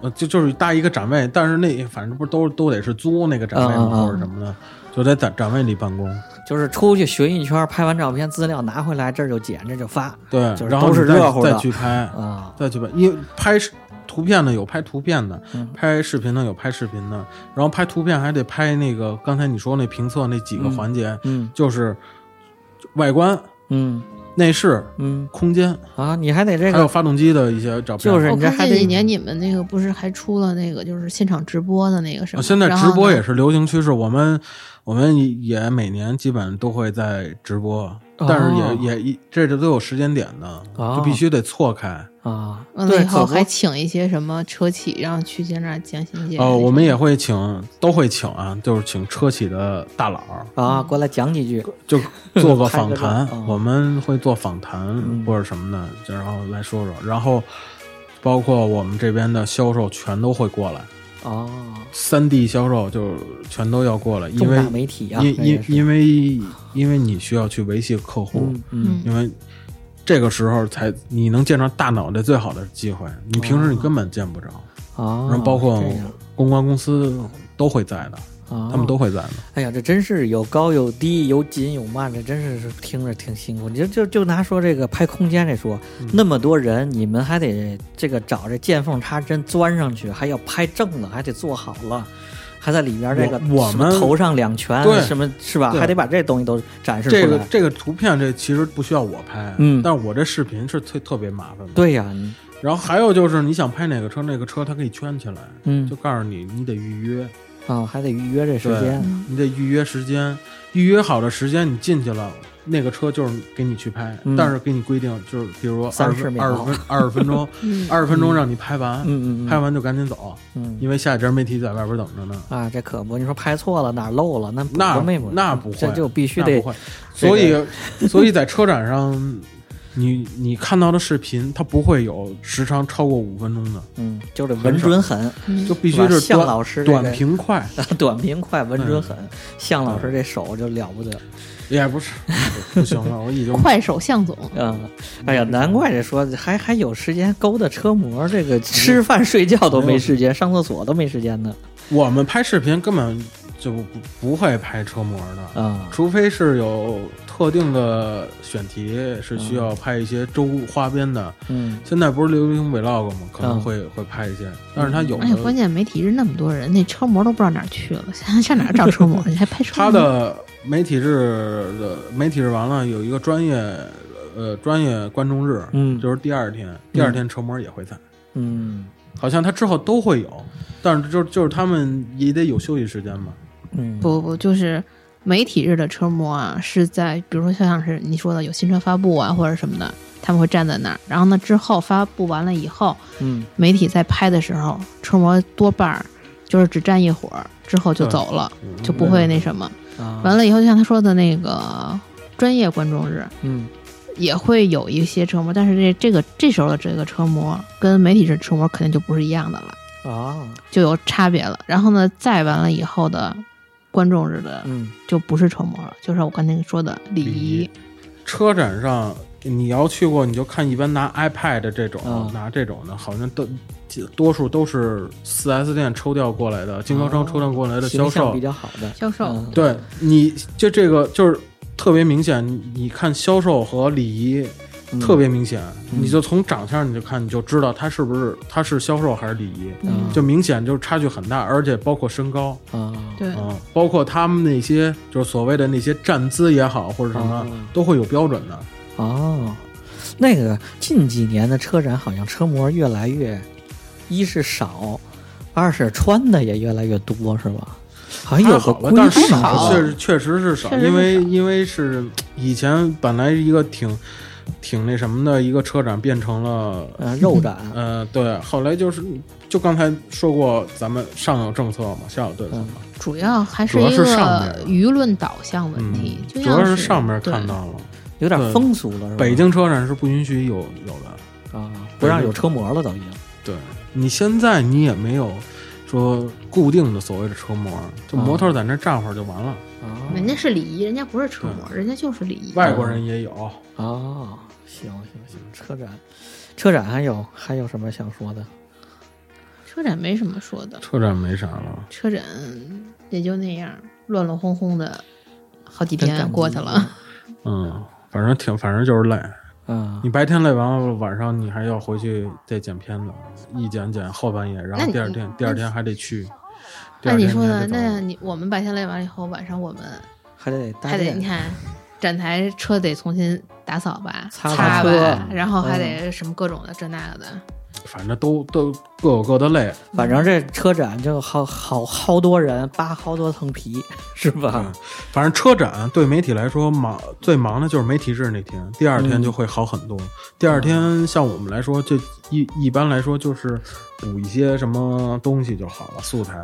呃，就就是搭一个展位，但是那反正不是都都得是租那个展位
嗯嗯
嘛，
嗯
或者什么的，就在展展位里办公。
就是出去巡一圈，拍完照片资料拿回来，这儿就剪，这就发，
对
就，是
然后
都是
你再
热乎的
再去拍，
啊，
再去拍，因为拍视图片的有拍图片的
嗯，
拍视频的有拍视频的，然后拍图片还得拍那个刚才你说那评测那几个
嗯
环节，
嗯
就是外观、
嗯
内饰、
嗯
空间，
啊，你还得这
还
个
有发动机的一些照片。
就是
我
你这
看
还
这
得
几年你们那个不是还出了那个就是现场直播的那个什
啊
么？
现在
然
直
后
播
呢
也是流行趋势，我们我们也每年基本都会在直播，但是也、
哦
也一这这都有时间点的，
哦
就必须得错开。
啊，
完了
对，
以后
可不
还请一些什么车企，然后去在那儿讲新解。
呃，我们也会请，都会请啊，就是请车企的大佬，
啊，过来讲几句，
就做个
拍个
访谈
照哦，
我们会做访谈
嗯
或者什么的，就然后来说说，然后包括我们这边的销售全都会过来，
哦，
三 D 销售就全都要过来，因
重
为
大媒体啊，
因
这也
因
是
因为因为你需要去维系客户，
嗯嗯
嗯
因为这个时候才你能见着大脑袋最好的机会，你平时你根本见不着。
啊，
然后包括
这样
公关公司都会在的，
啊，
他们都会在的。
哎呀，这真是有高有低，有紧有慢，这真是听着挺辛苦。你就就就拿说这个拍空间来说，
嗯
那么多人，你们还得这个找这见缝插针钻上去，还要拍正了，还得做好了，还在里边这个
我我
什么
们
头上两拳
对，
什么是吧？
对
还得把这东西都展示出来。
这个这个图片这其实不需要我拍，
嗯
但是我这视频是特特别麻烦的。
对呀，你
然后还有就是你想拍哪个车，那个车它可以圈起来，
嗯
就告诉你你得预约，
啊，还得预约这时间
嗯
你得预约时间，预约好的时间你进去了，那个车就是给你去拍，
嗯
但是给你规定就是，比如说二
30
十分
秒
二十分二十分钟，
嗯
二十分钟让你拍完，
嗯嗯嗯
拍完就赶紧走，
嗯
因为下一家媒体在外边等着呢。
啊，这可不，你说拍错了哪儿漏了，那补
那
都没补，
那不会，
这就必须
那
得
不会
这
所以
个
所以在车展上，你你看到的视频，它不会有时长超过五分钟的，
嗯，就得稳准狠，
嗯
就必须
是吧
是
向
短
老师这个
短平快，
短平快，稳准狠。向老师这手就了不得，
也不是不行了，我已经
快手向总，
嗯，哎呀，难怪这说还还有时间勾搭车模，这个吃饭睡觉都没时间，上厕所都没时间呢。
我们拍视频根本就不不会拍车模的，
啊、
除非是有特定的选题是需要拍一些周花边的。
嗯，
现在不是流行 vlog 吗？可能
嗯
会、会拍一些，但是它有的
而且哎关键媒体日那么多人，那车模都不知道哪儿去了，现在上哪儿找车模？你还拍车模？
他的媒体日的媒体日完了有一个专业呃专业观众日，
嗯
就是第二天，第二天车模也会在，
嗯
好像他之后都会有，但是就就是他们也得有休息时间嘛，
嗯，
不不不，就是媒体日的车模啊，是在比如说像是你说的有新车发布啊或者什么的，他们会站在那儿，然后呢之后发布完了以后，
嗯
媒体在拍的时候，车模多半儿就是只站一会儿，之后就走了，就不会那什么。
啊，
完了以后，就像他说的那个专业观众日，
嗯
也会有一些车模，但是这这个这时候的这个车模跟媒体日车模肯定就不是一样的了，
啊，
就有差别了。然后呢，再完了以后的观众日的
嗯
就不是车模了，就是我刚才说的礼仪。
车展上。你要去过，你就看一般拿 iPad 这种、
嗯
拿这种的，好像都多数都是 4S 店抽调过来的，经销商抽调过来的销
形
售
象比较好的
销售
嗯
对，你就这个就是特别明显，你你看销售和礼仪
嗯
特别明显，你就从长相你就看你就知道他是不是他是销售还是礼仪，
嗯
就明显就是差距很大，而且包括身高，
啊，
对，
嗯，包括他们那些就是所谓的那些站姿也好或者什么
嗯，
都会有标准的。
哦，那个近几年的车展好像车模越来越，一是少，二是穿的也越来越多，是吧？好像有个
还好了
规，
但是
矩
还
少
吧
好
确实确实是少，
确实是
因为
少
因为是以前本来一个挺挺那什么的一个车展，变成了
呃，肉展，
呃，对，后来就是就刚才说过，咱们上有政策嘛，下有对策嘛，
主要还
主
一
要是
个
上面
舆论导向问
嗯
题，就，
主要
像
上面
对
看到了，
有点
对
风俗了，是吧？
北京车展是不允许有有的，
啊，不让有车模了都已经。
对你现在你也没有说固定的所谓的车模，就模特在那站会儿就完了。
啊
人家是礼仪，人家不是车模，人家就是礼仪。
嗯外国人也有，
啊，行行行，车展，车展还有还有什么想说的？
车展没什么说的，
车展没啥了。
车展也就那样，乱乱哄哄的，好几天过去了。
嗯，反正挺，反正就是累。
啊
你白天累完了，晚上你还要回去再剪片子，一剪剪后半夜，然
那
后
你
第二天第二天还得去。
那你说
的
的，那你我们白天累完了以后，晚上我们
啊还得搭
还得你
建，
看，展台车得重新打扫吧，
擦
擦
擦车
嗯
吧，然后还得什么各种的这那个的。
反正都都各有各的累。
反正这车展就好好好多人扒好多层皮，是吧？
反正车展对媒体来说忙最忙的就是媒体日那天，第二天
嗯
就会好很多。第二天像我们来说，就一一般来说就是补一些什么东西就好了，素材，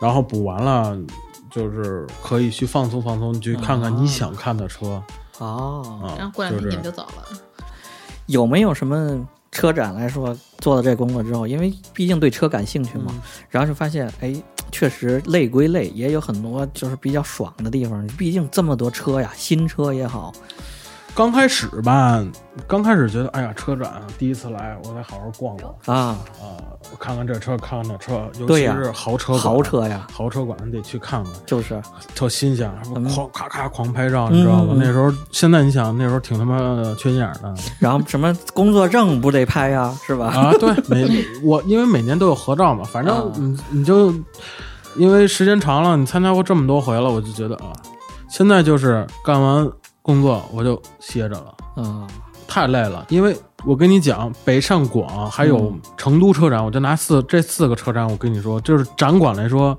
然后补完了就是可以去放松放松，你去看
哦
看你想看的车
哦，
啊。
然后过两
就
天
是
你们就走了，
有没有什么车展来说做了这工作之后，因为毕竟对车感兴趣
嗯
嘛，然后就发现，哎，确实累归累，也有很多就是比较爽的地方。毕竟这么多车呀，新车也好，
刚开始吧，刚开始觉得哎呀，车展第一次来，我得好好逛逛
啊，
啊、看看这车，看看那车，尤
对
其
呀
是豪车馆
豪车呀，
豪车馆你得去看看。
就是
特新鲜，
嗯
狂咔咔狂拍照，你知道吗？
嗯嗯啊
那时候，现在你想那时候挺他妈缺心眼儿的
然后什么工作证不得拍呀，是吧？
啊！对，每我因为每年都有合照嘛，反正
啊
你你就因为时间长了，你参加过这么多回了，我就觉得啊，现在就是干完工作我就歇着了，
啊，
太累了。因为我跟你讲，北上广还有
嗯
成都车展，我就拿四这四个车展，我跟你说，就是展馆来说，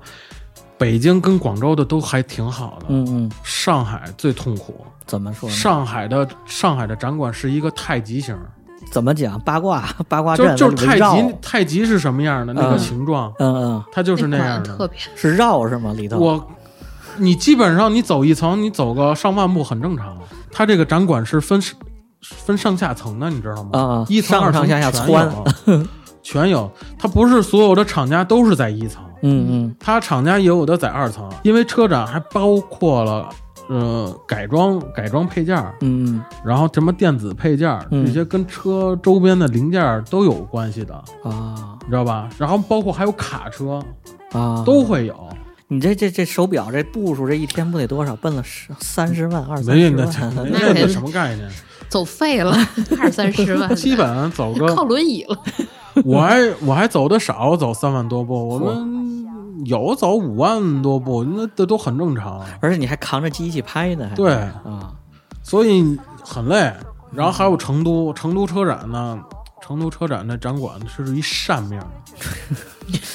北京跟广州的都还挺好的，
嗯嗯，
上海最痛苦。
怎么说呢？
上海的上海的展馆是一个太极形，
怎么讲八卦？八卦
就
阵
就是
围
太
绕
极太极是什么样的那个
嗯
形状，
嗯嗯，
它就是
那
那样
款特
的。
别
是绕是吗？里头
我，你基本上你走一层，你走个上万步很正常。它这个展馆是分分上下层的，你知道吗？
啊
一层
上
二层
上下下
全
窜
有全有。它不是所有的厂家都是在一层，
嗯嗯
它厂家也有的在二层，因为车展还包括了呃改装改装配件儿。
嗯
然后什么电子配件儿
嗯
这些跟车周边的零件儿都有关系的，
嗯啊
你知道吧？然后包括还有卡车
啊，
都会有，
你这这这手表这步数这一天不得多少？奔了十三十万二三
没
十
那
万，
没那什么概念？
走废 了，二三 十万的，
基本走个，
靠轮椅了。
我还我还走的少，走三万多步，我们有走五万多步，那这都很正常，
而且你还扛着机器拍呢，还
对
啊
所以很累。然后还有成都，成都车展呢，成都车展那展馆是一扇面儿，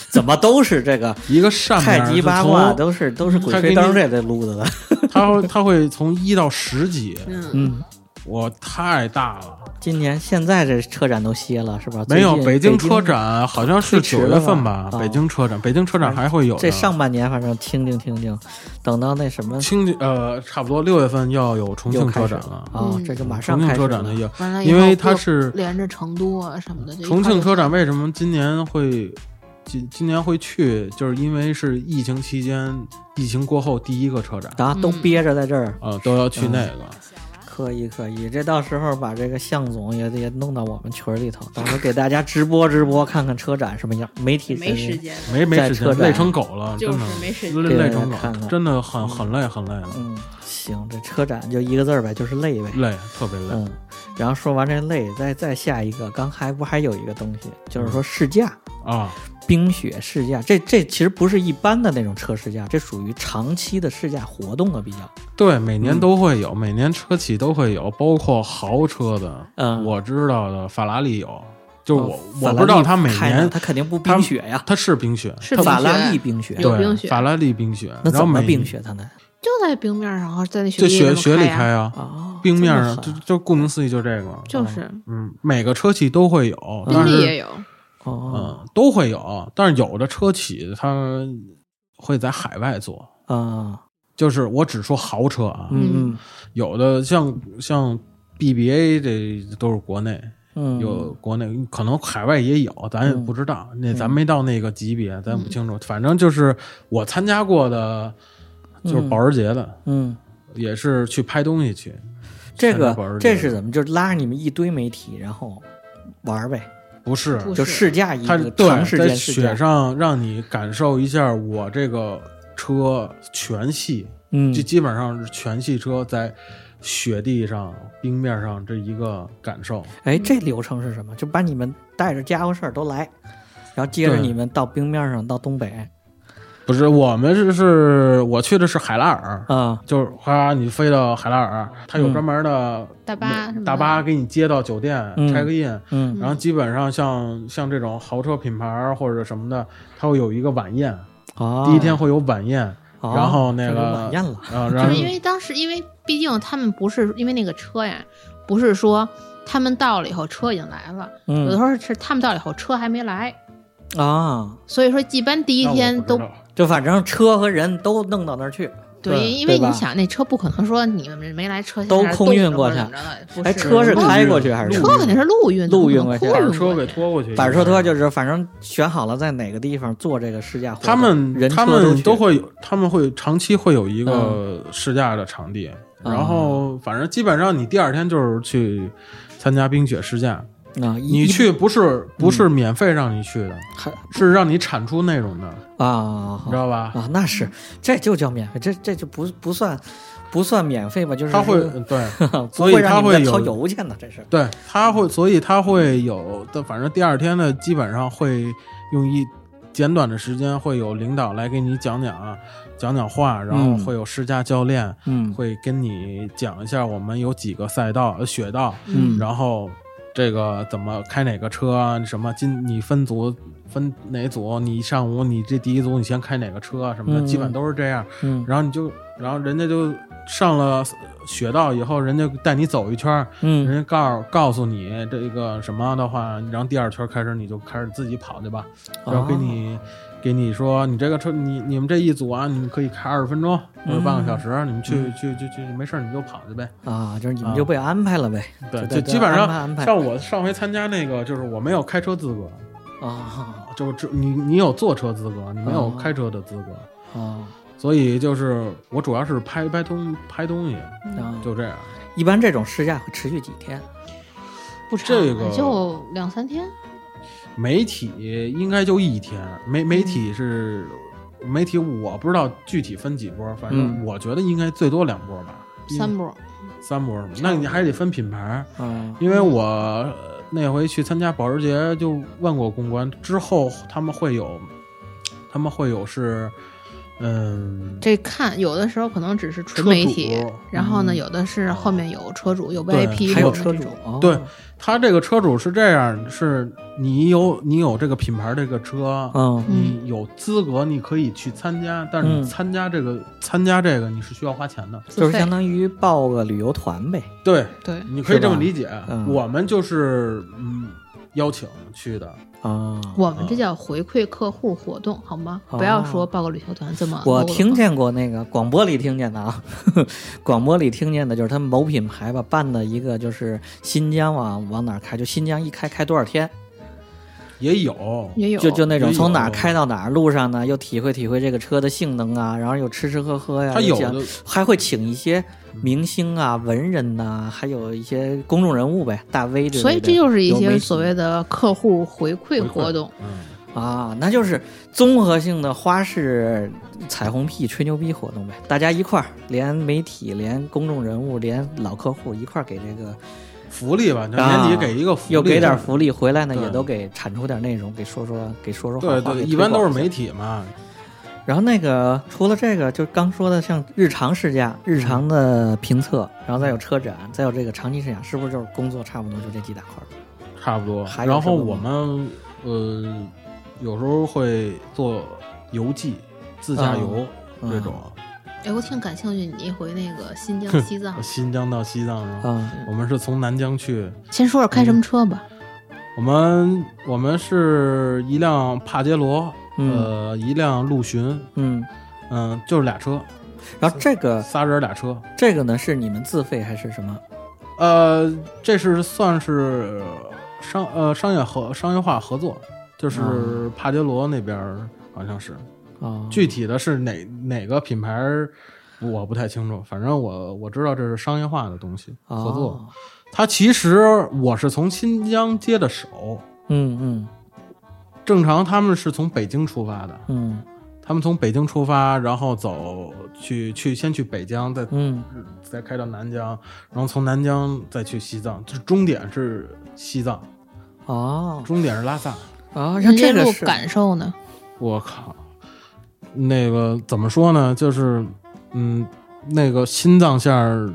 怎么都是这个
一个扇面儿
太极
是
八
从
卦，都是都是鬼
他给
吹灯
你
这这路 子的，
它会它会从一到十几，
嗯，
嗯。
我太大了，
今年现在这车展都歇了是吧？
没有
最近
北
北
京车展好像是
推迟
九
了
月份吧
吧？啊
北京车展，北京车展还会有的
这上半年反正清静清静，等到那什么
清呃，差不多六月份要有重
又
庆
开
车
始
展
了
了，
啊
嗯，
这就马上
重
开
庆
始
车展的
了
要，
完了以
因
后
为它
又
是
连着成都啊什么的，就一块
重
儿
庆车
就
展为什么今年会今今年会去，就是因为是疫情期间，疫情过后第一个车展，
啊，都憋着在这儿，
呃，都要去
嗯
那个。
可以可以，这到时候把这个向总也也弄到我们群里头，到时候给大家直播直播，看看车展什么样，媒体
没时。间了。
没没
在
时
车
间，
展
累成狗了，
就是
真的
没时间
累累成
对看
狗，
看
真的很很累很累了，
嗯，行，这车展就一个字儿呗，就是累呗。
累特别累。
嗯，然后说完这累，再再下一个，刚才不还有一个东西，就是说试驾。
啊，
冰雪试驾，这这其实不是一般的那种车试驾，这属于长期的试驾活动啊了，比较。
对，每年
嗯
都会有，每年车企都会有，包括豪车的，
嗯
我知道的，法拉利有，就是我、
哦
我不知道它每
法拉利开的
年
它肯定不
它
冰雪呀，
它是冰雪，
是
它
冰
法
雪
拉利冰雪，
有
对
冰雪
法拉利冰雪，
那
然后
怎么
每
冰雪它呢？
就在冰面上，然后在那雪
就
地
雪
里
雪里
开
开
啊，
啊，
啊，
冰面
这么
上就
狠
就顾名思义就这个，
就是
嗯，每个车企都会有，
宾
但
利
是
也有，
哦
嗯都会有，但是有的车企它会在海外做。
啊，
就是我只说豪车啊，
嗯嗯
有的像像 BBA 这都是国内，
嗯，
有国内可能海外也有，咱也不知道，那咱没到那个级别，咱也不清楚。反正就是我参加过的，就是保时捷的，
嗯，
也是去拍东西去。
这
参加保
个
时捷
这是怎么？就是拉着你们一堆媒体，然后玩儿呗，
不是？
不
就试驾一
它
个长时
在
间试
雪
驾，
上让你感受一下我这个车全系，
嗯
就基本上是全系车在雪地上、冰面上这一个感受。
哎，这流程是什么？就把你们带着家伙事儿都来，然后接着
对
你们到冰面上，到东北
不是，我们是是我去的是海拉尔，
啊，
就是哗，你飞到海拉尔，它有专门的
大巴什么
大
的
巴给你接到酒店
嗯
check in，
嗯
然后基本上像像这种豪车品牌儿或者什么的，它会有一个晚宴，
啊，
第一天会有晚宴，
哦，
然后那
这
个
就晚宴了，
啊，然
就
后
是因为当时，因为毕竟他们不是因为那个车呀，不是说他们到了以后车已经来了，有的时
嗯
候是他们到了以后车还没来，
啊，
所以说一般第一
那我
天
不知
都
道
就反正车和人都弄到那儿去，
对，因为
对吧
你想那车不可能说你们没来车
都空运过去
去，不
哎，
是
车是
陆
开
运
过去还是
陆
什
车
么
运
肯定是陆运，
陆运
怎么可
过去
能
把
空运
车
过
给
去。
拖过去，
板车车就是反正选好了在哪个地方做这个试驾活动，
他们
人
他
车
们
去
都会有，他们会长期会有一个试驾的场地，
嗯
然后反正基本上你第二天就是去参加冰雪试驾，
啊，一
你去不是不是免费让你去的，
嗯还
是让你产出内容的，
啊
你知道吧？
啊，那是这就叫免费，这这就不不算不算免费吧，就是
他会
说
对
不
所以
会让
他
你们
会
再
有
掏油钱呢，这是
对，他会，所以他会有的，反正第二天呢，基本上会用一简短的时间，会有领导来给你讲讲啊，讲讲话，然后
嗯
会有试驾教练。
嗯
会跟你讲一下我们有几个赛道、呃雪道，
嗯
啊
然后这个怎么开哪个车啊，什么今你分组分哪组，你上午你这第一组你先开哪个车啊什么的，
嗯
基本都是这样。
嗯
然后你就，然后人家就上了雪道以后，人家带你走一圈儿，
嗯
人家告告诉你这个什么的话，然后第二圈开始你就开始自己跑去吧，
哦
然后给你、给你说你这个车，你你们这一组啊，你们可以开二十分钟或者半个小时，
嗯
你们去、去去去，没事儿你就跑去呗。
啊，就是你们
啊
就被安排了呗，
对，
就
就
在
基
这
本
安排安
上
排
像我上回参加那个，就是我没有开车资格，
啊
就是只你你有坐车资格，你没有
哦
开车的资格，嗯
啊
所以就是我主要是拍拍东拍东西，
啊！
就这样。
一般这种试驾会持续几天？
不长
这个
就两三天，
媒体应该就一天，媒媒体是媒体，我不知道具体分几波，反正
嗯
我觉得应该最多两波吧，
三波。
三波是吗？那你还得分品牌，
嗯
因为我呃那回去参加保时捷就问过公关，之后他们会有，他们会有是，嗯，
这看有的时候可能只是纯
车
媒
主
体，然后呢，
嗯
有的是后面有车主，有
对
VIP，
还有
的
车
这
主
种，
哦
对他这个车主是这样，是你有你有这个品牌这个车，
嗯
你有资格，你可以去参加，但是
嗯
你参加这个、参加这个你是需要花钱的。
就是
自费
相。当于报个旅游团呗，
对，
对，
你可以这么
是吧
理解。
嗯
我们就是嗯邀请去的，
啊。
我们这叫回馈客户活动，好吗？不要说报个旅游团这么 low
我
的话。
听见过那个广播里听见的啊， 广播里听见的就是他们某品牌吧办的一个，就是新疆往往哪儿开，就新疆一开开多少天，
也有
也有，
就就那种
也有
从哪儿开到哪儿，路上呢又体会体会这个车的性能啊，然后又吃吃喝喝呀，
他
又
有
讲
的
还会请一些明星啊、文人呐、还有一些公众人物呗，大 V 之类的。
所以这就是一
有媒
些
体
所谓的客户回馈
回馈
活动。
嗯。
啊，那就是综合性的花式彩虹屁吹牛逼活动呗，大家一块儿，连媒体、连公众人物、连老客户一块儿给这个，
福利吧，就
啊
年底给一个福利，
又给点福利，回来呢
对
也都给产出点内容，给说说，给说说好
对
话。
对，
给
一般
推
都
广一
是
下
媒体嘛，
然后那个除了这个，就刚说的像日常试驾、日常的评测，然后再有车展，再有这个长期试驾，是不是就是工作差不多就这几大块儿？
差不多。
还有
然后
什么
我
吗
们呃，有时候会做游记、自驾游
嗯
这种，，
哎，我挺感兴趣，你一回那个新疆、西藏
嗯
新疆到西藏，然后
啊、
我们是从南疆去，
先说说开什么车吧。
我们我们是一辆帕杰罗，
嗯
呃，一辆陆巡，
嗯，
嗯、就是俩车，
然后这个
仨人俩车。
这个呢是你们自费还是什么？
呃，这是算是商呃商业合商业化合作，
嗯
就是帕杰罗那边儿好像是，
啊，
具体的是哪哪个品牌儿我不太清楚，反正我我知道这是商业化的东西合作
哦。
它其实我是从新疆接的手，
嗯嗯
正常他们是从北京出发的，
嗯
他们从北京出发，然后走去去先去北疆，再
嗯
再开到南疆，然后从南疆再去西藏，就是终点是西藏，
哦
终点是拉萨。
啊，
人
像
这
这个
路
是
感受呢？
我靠，那个怎么说呢？就是嗯，那个心脏线儿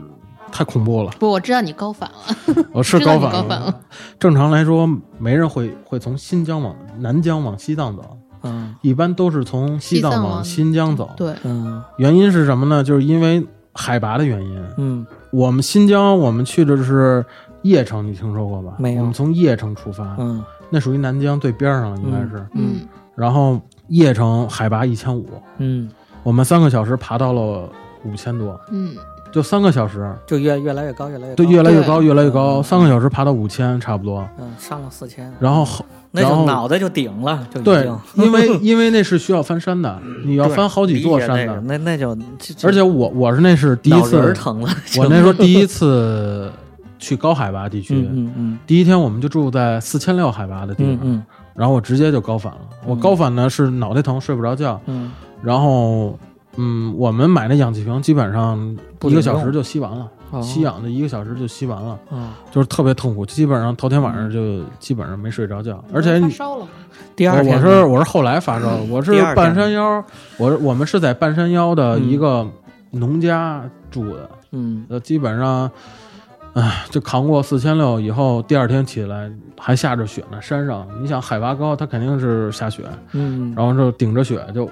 太恐怖了，
不，我知道你高反了，
我是
知道
高
你
反
高反了。
正常来说，没人会会从新疆往南疆往西藏走，
嗯
一般都是从西
西
藏
藏
往
往
新疆走。
对，
嗯
原因是什么呢？就是因为海拔的原因。
嗯
我们新疆，我们去的是叶城，你听说过吧？
没有
我们从叶城出发，
嗯
那属于南疆最边上了，应该是。
嗯
嗯，
然后叶城海拔一千五，
嗯，
我们三个小时爬到了五千多，
嗯，
就三个小时，
就越越来越高，越来越
对，
高
越来越
对
高，越来越高，
哦嗯
三个小时爬到五千差不多。
嗯上了四千，
然后后
那
然
就
后
脑袋就顶了，就已
对
经，嗯
因为因为那是需要翻山的，你要
对
翻好几座山
理解
的。
那个那那就
而且我我是那是第一
脑
次，
仁儿疼了，
我那时候第一次去高海拔地区，
嗯嗯嗯
第一天我们就住在四千六海拔的地
嗯
方，
嗯
然后我直接就高反了。我高反呢是脑袋疼，睡不着觉，
嗯
然后嗯，我们买那氧气瓶基本上
不
一
顶
个小时
用
就吸完了，
哦
吸氧的一个小时就吸完了，
啊。
就是特别痛苦，基本上头天晚上
嗯
就基本上没睡着觉，而且
嗯发
你。
烧了吗？
第
我
二
我
天
是我是后来发烧 的，我是
第二天
半山腰，我是我们是在半山腰的一个农家住的，
嗯
呃，基本上，唉，就扛过四千六以后，第二天起来还下着雪呢，山上，你想海拔高，它肯定是下雪，
嗯
然后就顶着雪就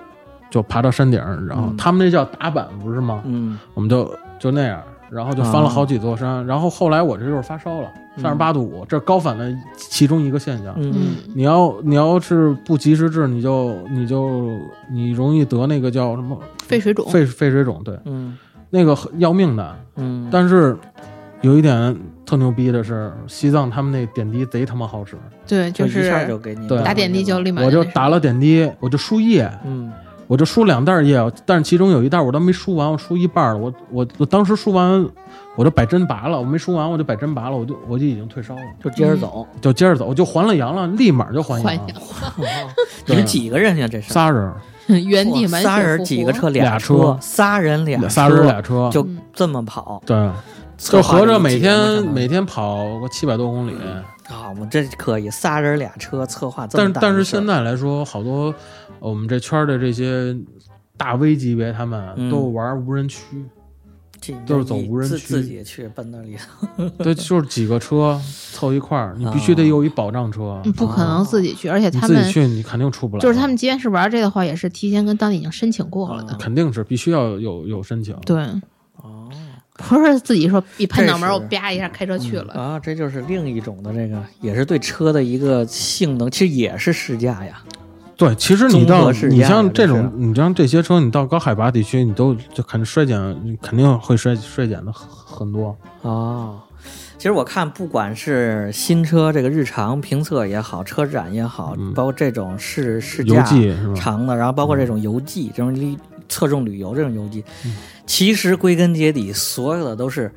就爬到山顶，然后
嗯
他们那叫打板不是吗？
嗯啊
我们就就那样，然后就翻了好几座山，然后后来我这就是发烧了，三十八度五，这是高反的其中一个现象。
嗯
嗯，
你要你要是不及时治，你就你就你容易得那个叫什么
肺水肿。
肺肺水肿，对，
嗯
那个很要命的。
嗯，
但是有一点特牛逼的是，西藏他们那点滴贼他妈好使，
对，就
一下就是给你
对
弄
打点滴
进去
就
了
立马
我就
那什么
打了点滴，我就输液，
嗯
我就输两袋液，但是其中有一袋我都没输完，我输一半了，我我我当时输完我就把针拔了，我没输完我就把针拔了，我就我就已经退烧了，
就接
嗯
着走。 哦
就接着走，我就还了阳了，立马就还
还
阳，
阳，
你
对
们几个人呀？这是
仨人，
原地
哇
满血
仨人
复
几
活嗯
个车？
俩
车
车，
仨人俩
仨人俩车，
就这么跑，
对，
策
就
划
合
了
着
一节
每
目
天
相当于
每天跑个七百多公里，
啊，我这可以，仨人俩车策划这
但
么
是
大
但是
一事儿
现在来说，好多呃我们这圈儿的这些大 V 级别，他
嗯
们都玩无人区，
这
就是走无人
自
区
自己去奔那里，
对，就是几个车凑一块儿，你必须得有一保障车，
嗯不可能自己去，而且
你
他
自己
们
去你肯定出不来，
就是他们，即便是玩这个话，也是提前跟当地已经申请过了的。
肯定是必须要有有申请。
对，
哦
不是自己说一拍脑门儿，
这
我
是
啪一下开车去了。
啊，这就是另一种的这个，也是对车的一个性能，其实也是试驾呀。
对，其实你
综合
到
试
你
驾呀
像
这
这种
是，
你像这些车，你到高海拔地区，你都就肯定衰减，你肯定会衰衰减的很很多。
哦，其实我看，不管是新车这个日常评测也好，车展也好，
嗯
包括这种试试
邮
驾
寄是吧
长的，然后包括这种游记，
嗯
这种旅侧重旅游这种游记，其实归根结底，所有的都是。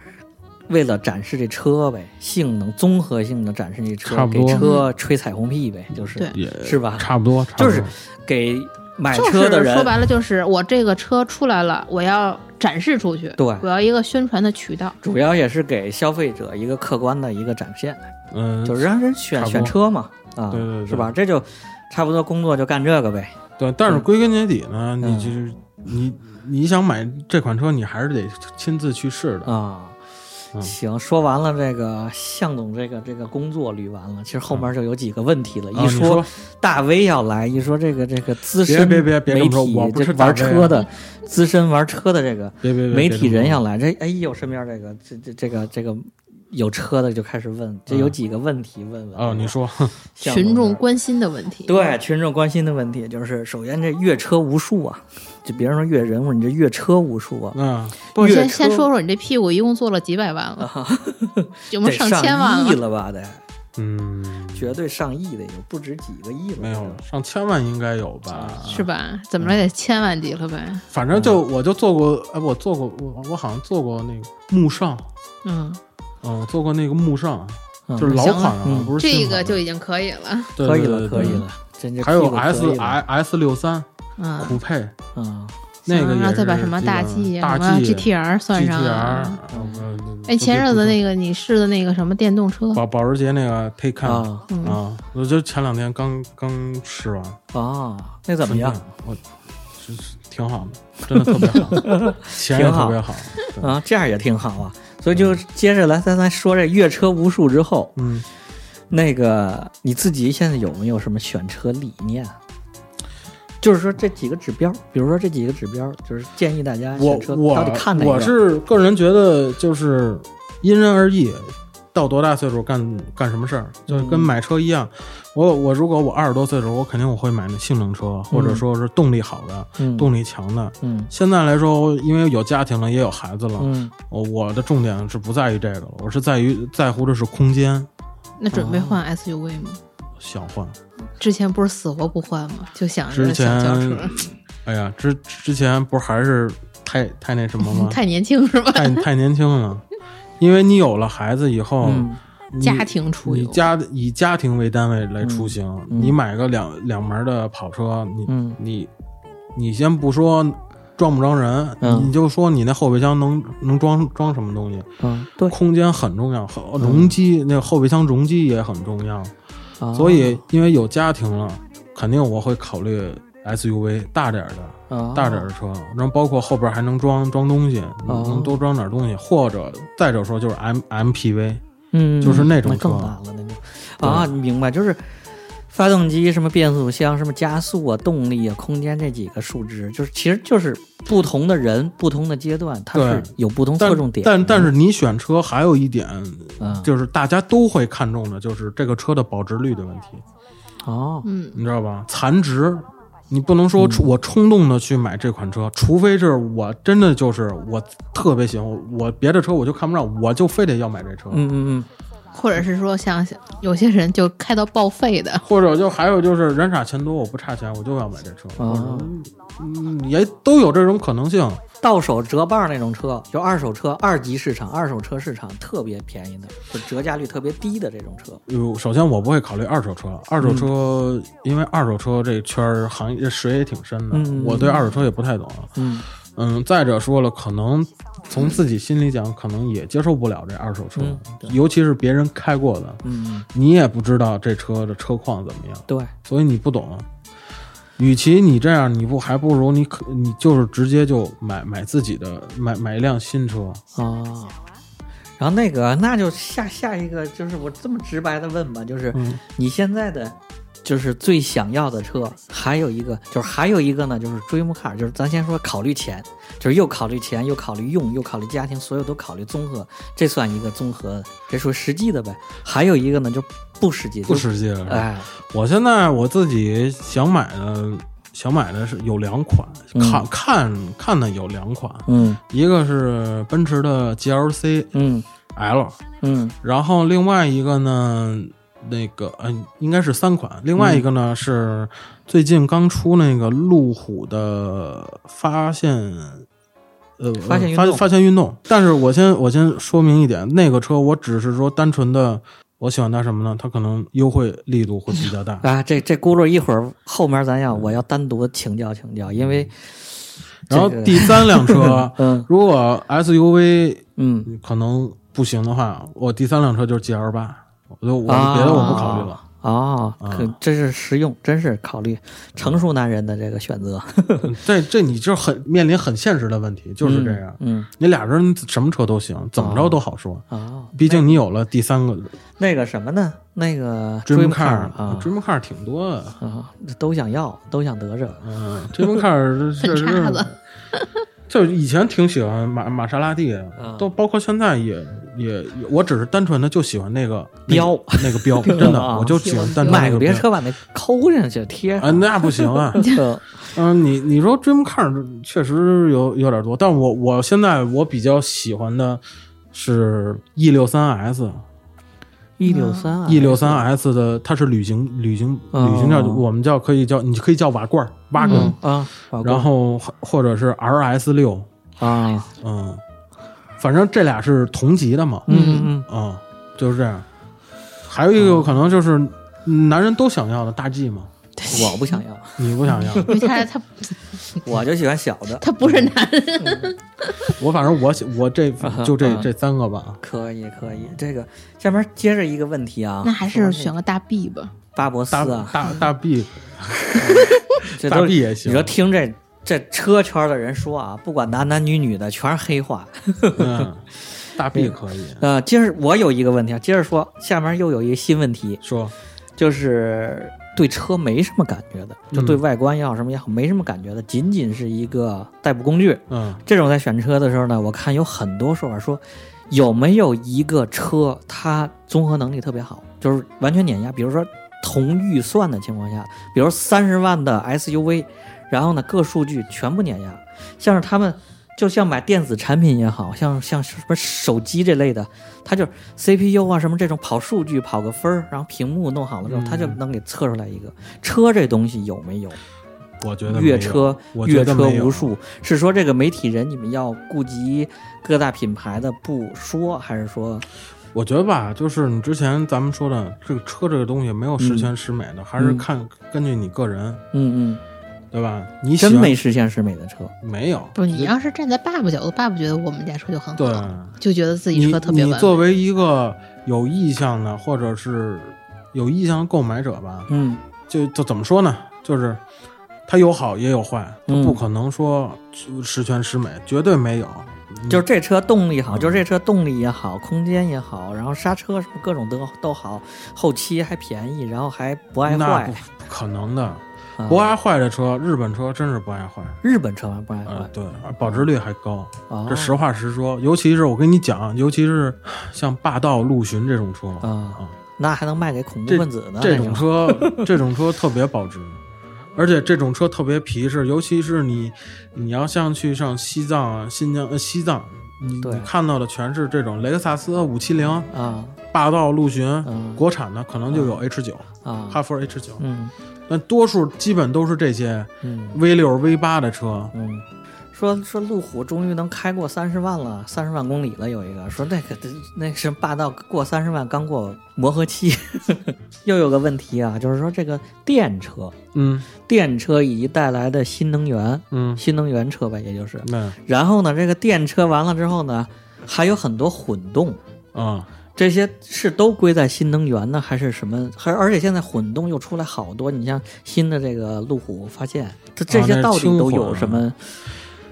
为了展示这车呗，性能综合性的展示这
差
车，
不
给
多
车吹彩虹屁呗，就是
对
也
是吧？
差不多，差不
就
多
是给买
就
哎车的
是
人，
说白了，就是我这个车出来了，我要展示出去，
对
我要一个宣传的渠道。
主要也是给消费者一个客观的一个展现，
嗯，
就是让人选
差不多
选车嘛，啊，
对对对
是吧？这就差不多工作就干这个呗，
对，但是
嗯
归根结底呢，
嗯
你就是你你想买这款车，你还是得亲自去试的。
啊。
嗯
行，说完了这个向总这个这个工作捋完了，其实后面就有几个问题了。
嗯
一
啊你
说
说
大 V 要来，一说这个这个资深
别别别别
媒
这么说
体
我不
这
是大
玩
V 啊
车的，资深玩车的这个
别别别，
媒体人
呀，
要来，这哎呦，身边这个这这这个这个有车的就开始问，这有几个问题问问
嗯哦，你说
向总
群
这
众
儿
关心的问题，
对群众关心的问题，就是首先这越车无数啊，就别说越人物，你这越车无数啊，
嗯，
不
先 先说说你这屁股一共做了几百万了，有没
得
有上
上
千万
亿
了？
了吧？得
嗯，
绝对上亿的有，不止几个亿了。
没有上千万应该有吧？
嗯
是吧？怎么着也千万级了呗。
反正就我就做过，哎，我做过，我我好像做过那个慕尚，
嗯，
嗯，我做过那个慕尚，
嗯
就是老款啊，
嗯
不是
这
新款
个就已经可以了。
对
可
对
以
对
了，可以
对
了，真就
还有
屁股可以
S
了
I S 六三
嗯，
酷配
嗯，
那个
然
也
后
是
再把什么
基
大
本
G、啊
大
什么
G
GTR 算上
GTR，
啊。
嗯
哎，前日子那个你试的那个什么电动车，嗯
保保时捷那个 Taycan
啊
啊，我就前两天刚刚吃完，
啊，那怎么样
真的？我是是挺好的，真的特别 好，钱也
挺好
特别好。对
啊，这样也挺好啊。所以就接着来，咱咱说这阅车无数之后，
嗯，
那个你自己现在有没有什么选车理念？啊就是说这几个指标，比如说这几个指标， 就是建议大家
我
选车到底看哪
我
个？
我是个人觉得就是因人而异，到多大岁数干干什么事儿，就是
嗯
跟买车一样。我我如果我二十多岁的时候，我肯定我会买那性能车，或者说是动力好的、
嗯
动力强的。
嗯
现在来说，因为有家庭了，也有孩子了，
嗯
我哦我的重点是不在于这个了，我是在于在乎的是空间，
那准备换 SUV 吗？
想换。
之前不是死活不换吗？就想着
之前
小轿车，
哎呀，之之前不是还是太太那什么吗？
嗯太年轻是吧？
太太年轻了，因为你有了孩子以后，
嗯
你
家庭出
你
游，嗯
家以家庭为单位来出行，你买个两两门的跑车，你、
嗯
你你先不说装不装人，
嗯
你就说你那后备箱能能装装什么东西，
嗯，对，
空间很重要，后容积、那后备箱容积也很重要，
啊
所以因为有家庭了，肯定我会考虑 SUV 大点儿的。
啊
大点儿的车，然后包括后边还能装装东西，
哦
能多装点东西，或者再者说就是 M MPV，
嗯，
就是那种
那更
车
难了，那就啊，明白，就是发动机、什么变速箱、什么加速啊、动力啊、空间这几个数值，就是其实就是不同的人、不同的阶段，它是
对
有不同
但
侧重点。
但但是你选车还有一点，
嗯
就是大家都会看重的，就是这个车的保值率的问题，
哦，
嗯，
你知道吧？残值，你不能
嗯
说我冲动的去买这款车，除非是我真的就是我特别喜欢，我我别的车我就看不上，我就非得要买这车。
嗯嗯
或者是说像有些人就开到报废的，
或者就还有就是人傻钱多，我不差钱，我就要买这车，
嗯，
或者
啊，
嗯也都有这种可能性。
到手折半儿那种车，就二手车二级市场、二手车市场特别便宜的，就折价率特别低的这种车。
呃，首先我不会考虑二手车，二手车、因为二手车这圈儿行业水也挺深的，
嗯
我对二手车也不太懂。
嗯
嗯，再者说了，可能从自己心里讲，可能也接受不了这二手车，
嗯对
尤其是别人开过的，
嗯，
你也不知道这车的车况怎么样，
对，
所以你不懂。与其你这样，你不还不如你可你就是直接就买买自己的买买一辆新车，
哦，然后那个，那就下下一个，就是我这么直白的问吧，就是
嗯
你现在的，就是最想要的车，还有一个就是还有一个呢，就是追慕卡尔，就是咱先说考虑钱，就是又考虑钱，又考虑用，又考虑家庭，所有都考虑综合，这算一个综合，这属于实际的呗。还有一个呢，就不实际，
不
就，
实际了。是吧嗯
哎，
我现在我自己想买的，想买的是有两款，
嗯
看看看的有两款，
嗯
一个是奔驰的 GLC
嗯
L，
嗯
然后另外一个呢，那个嗯、应该是三款，另外一个呢、
嗯
是最近刚出那个路虎的发现。呃，
发现运
发
动
发现运动，但是我先我先说明一点，那个车我只是说单纯的，我喜欢它什么呢？它可能优惠力度会比较大，
啊，这这轱辘一会儿后面咱要我要单独请教请教，因为
然后
这个，
第三辆车
嗯
如果 SUV
嗯
可能不行的话，我第三辆车就是 GL 八，我就我
啊
别的我不考虑了。
哦，
啊嗯
可真是实用，真是考虑成熟男人的这个选择，
这这你就很面临很现实的问题，就是这样。
嗯。
你俩人什么车都行，怎么着都好说。
嗯哦，
毕竟你有了第三个
那个什么呢？那个
Dream
Car 啊
Car，Dream Car 挺多的。
啊，都想要，都想得着。
嗯 ，Dream Car 确实
叉
是
子，
就以前挺喜欢玛玛莎拉蒂
嗯，
都包括现在也也，也我只是单纯的就喜欢那个
标
那个标，真的
啊
我就喜欢单纯
买
那
个
个
别
标。
车把那抠上去贴
啊，
上。
那不行 啊！
嗯
嗯，你你说 Dream Car 确实有有点多，但我我
啊
现在我比较喜欢的是 E 六三 S，
一六三啊
，E 六三 S 的，它是旅行旅行
哦
旅行叫我们叫可以叫你可以叫瓦罐儿瓦罐
嗯
儿，
啊，
然后或或者是 RS 六，
啊，
嗯，反正这俩是同级的嘛，
嗯嗯
嗯，就是这样。还有一
哦
个可能就是男人都想要的大 G 嘛，
嗯，我不想 要，
你不想要，
因为他他
我就喜欢小的，
他不是男人，
我反正我我这就这
啊
这三个吧，
可以可以。这个下面接着一个问题啊，
那还是选个大 B 吧。
巴博斯
大
啊，
大大 B
这
大
都
B 也行
你说听这这车圈的人说啊，不管男男女女的，全是黑话。
嗯，大 B 可以
呃，接着我有一个问题啊，接着说，下面又有一个新问题，
说，
就是对车没什么感觉的，就对外观也好什么也好没什么感觉的，仅仅是一个代步工具。
嗯
这种在选车的时候呢，我看有很多说法说，有没有一个车它综合能力特别好，就是完全碾压，比如说同预算的情况下，比如三十万的 SUV，然后呢各数据全部碾压，像是他们。就像买电子产品也好像像什么手机这类的，它就是 CPU 啊什么这种跑数据跑个分儿，然后屏幕弄好了之后，它就能给测出来一个车这东西有没有？
我觉得没有
越车
我
越
觉得
车
没有
无数，是说这个媒体人你们要顾及各大品牌的不说，还是说
我觉得吧，就是你之前咱们说的，这个车这个东西没有十全十美的，还是看根据你个人，
嗯
对吧？
嗯，
你喜
真
欢
没实现十美的车？
没有？
不是你要是站在爸爸角度，爸爸觉得我们家车就很
啊对，
好，就觉得自己
你
车特别
你
完
作
美。
为一个有意向的，或者是有意向的购买者吧，
嗯
就就怎么说呢？就是它有好也有坏，它
嗯
不可能说就十全十美，绝对没有。
就是这车动力
嗯
好，就是这车动力也好，空间也好，然后刹车什么各种都都好，后期还便宜，然后还不爱
那
坏
不，不可能的，
啊
不爱坏的车，日本车真是不爱坏。
日本车嘛不爱
啊
坏，，
对，而保值率还高，
哦
嗯这实话实说。尤其是我跟你讲，啊尤其是像霸道、陆巡这种车
啊那还能卖给恐怖
这
分子呢？那
这种
就
车，这种车特别保值，而且这种车特别皮实。尤其是你，你要像去上西藏啊、新疆、呃、西藏，你
对
你看到的全是这种雷克萨斯五七零、
啊
霸道、陆巡，
嗯
国产的可能就有 H 九、哈
啊，
弗 H 九，
嗯
但多数基本都是这些
嗯。
V 六、V 八的车。
嗯，说说路虎终于能开过三十万了，三十万公里了。有一个说那个那是霸道过三十万，刚过磨合期。 又有个问题啊，就是说这个电车，
嗯
电车以及带来的新能源，
嗯，
新能源车吧，也就是。
那
然后呢，这个电车完了之后呢，还有很多混动。
啊，
这些是都归在新能源呢，还是什么？还而且现在混动又出来好多，你像新的这个路虎发现，这这
啊那
些
是
到底
轻
都
混
有
啊
什么？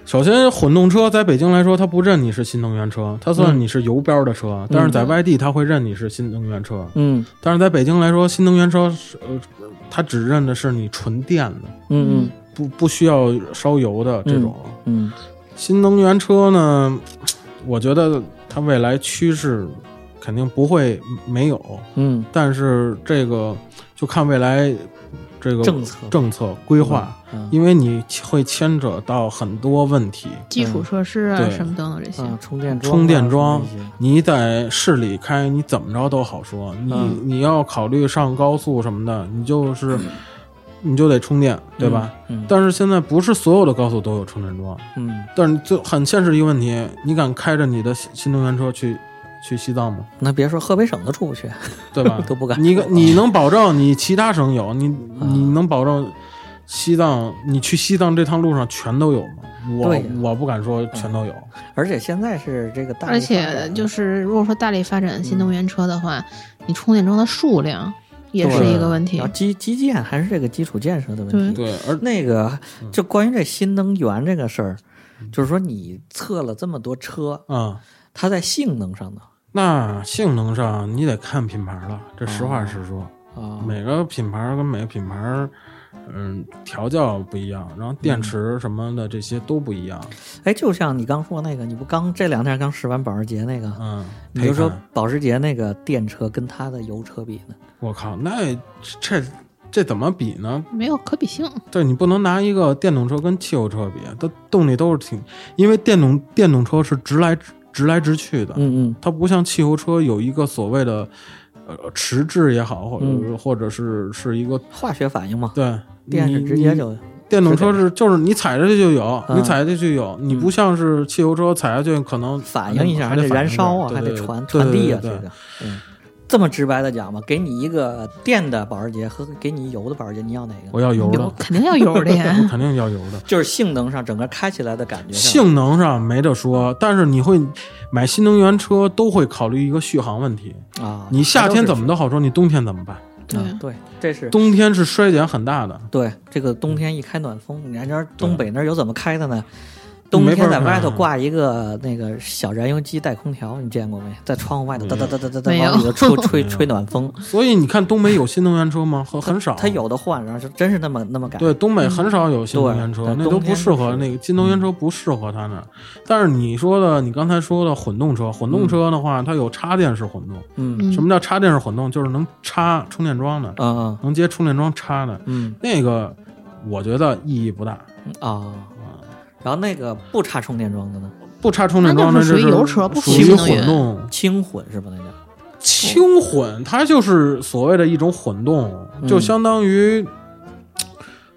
首先，混动车在北京来说，它不认你是新能源车，它算你是油标的车；但是在外地，它会认你是新能源车。
嗯
但是在北京来说，新能源车是呃，它只认的是你纯电的，
嗯嗯
不不需要烧油的这种。
嗯，
新能源车呢，我觉得它未来趋势肯定不会没有，
嗯
但是这个就看未来这个
政策
政策规划，
嗯
因为你会牵扯到很多问题。
基础设施啊，
对
什么等等这些，
啊，充电桩啊
充电桩
什么这些，
你在市里开，你怎么着都好说。你、
嗯
你要考虑上高速什么的，你就是、你就得充电，对吧？？
嗯，
但是现在不是所有的高速都有充电桩，
嗯，
但是最很现实一个问题，你敢开着你的新新能源车去去西藏吗？
那别说河北省都出不去，？
对吧
都不敢啊
你你能保证你其他省有，你你能保证西藏？你去西藏这趟路上全都有吗？我
对呀嗯
我不敢说全都有。
而且现在是这个大力发展，
而且就是如果说大力发展新能源车的话，
嗯
你充电桩的数量也是一个问题
然。后基基建还是这个基础建设的问题。
对，而
那个就关于这新能源这个事儿，就是说你测了这么多车，
嗯。
它在性能上呢
那性能上你得看品牌了，这实话实说，
啊，
每个品牌跟每个品牌，嗯，调教不一样，然后电池什么的这些都不一样，
哎，就像你刚说那个，你不刚这两天刚试完保时捷那个，
嗯，
你就
陪
说
看
保时捷那个电车跟它的油车比呢？
我靠，那这这怎么比呢？
没有可比性，
对你不能拿一个电动车跟汽油车比，它动力都是挺，因为电动电动车是直来直来直去的，
嗯嗯
它不像汽油车有一个所谓的。呃迟滞也好，或者、
嗯
或者是是一个
化学反应嘛，
对
电是
你
直接
你
就
电动车是就是你踩下去就有，
嗯
你踩下去就有，你不像是汽油车踩下去可能
反应一下，还得
反应
燃烧啊，
对
还
对
得传
对
传递啊，这
对对对
个，嗯。这么直白的讲吧，给你一个电的保时捷和给你油的保时捷，你要哪个？
我要油啊 的。
有，肯定要有的呀
肯定要油的。
就是性能上整个开起来的感觉上，
性能上没得说，但是你会买新能源车都会考虑一个续航问题。
啊，
你夏天怎
么
么都好说，你冬天怎么办？
对
啊？对，这是
冬天是衰减很大的，
对这个冬天一开暖风，你看这儿东北那儿有怎么开的呢？冬天在外头
嗯
挂一个那个小燃油机带空调，你见过没？在窗户外
嗯
头哒哒哒哒哒哒
没有
往里头吹 吹吹暖风，
所以你看东北有新能源车吗？很很少，
它有的换，然后就真是那么那么改。
对，东北很少有新能源车，
嗯对
那都不适合
冬天就是
那个新能源车不适合它那儿。但是你说的，你刚才说的混动车，混动车的话，它有插电式混动。
嗯
嗯
什么叫插电式混动？就是能插充电桩的，
嗯
能接充电桩插的。
嗯
那个我觉得意义不大。
嗯啊，然后那个不插充电桩的呢，
不插充电桩
那
的
就是
是
属于油车不
属
属于
于
新能源
混动
轻混是吧？那叫
轻混，它就是所谓的一种混动，
嗯
就相当于。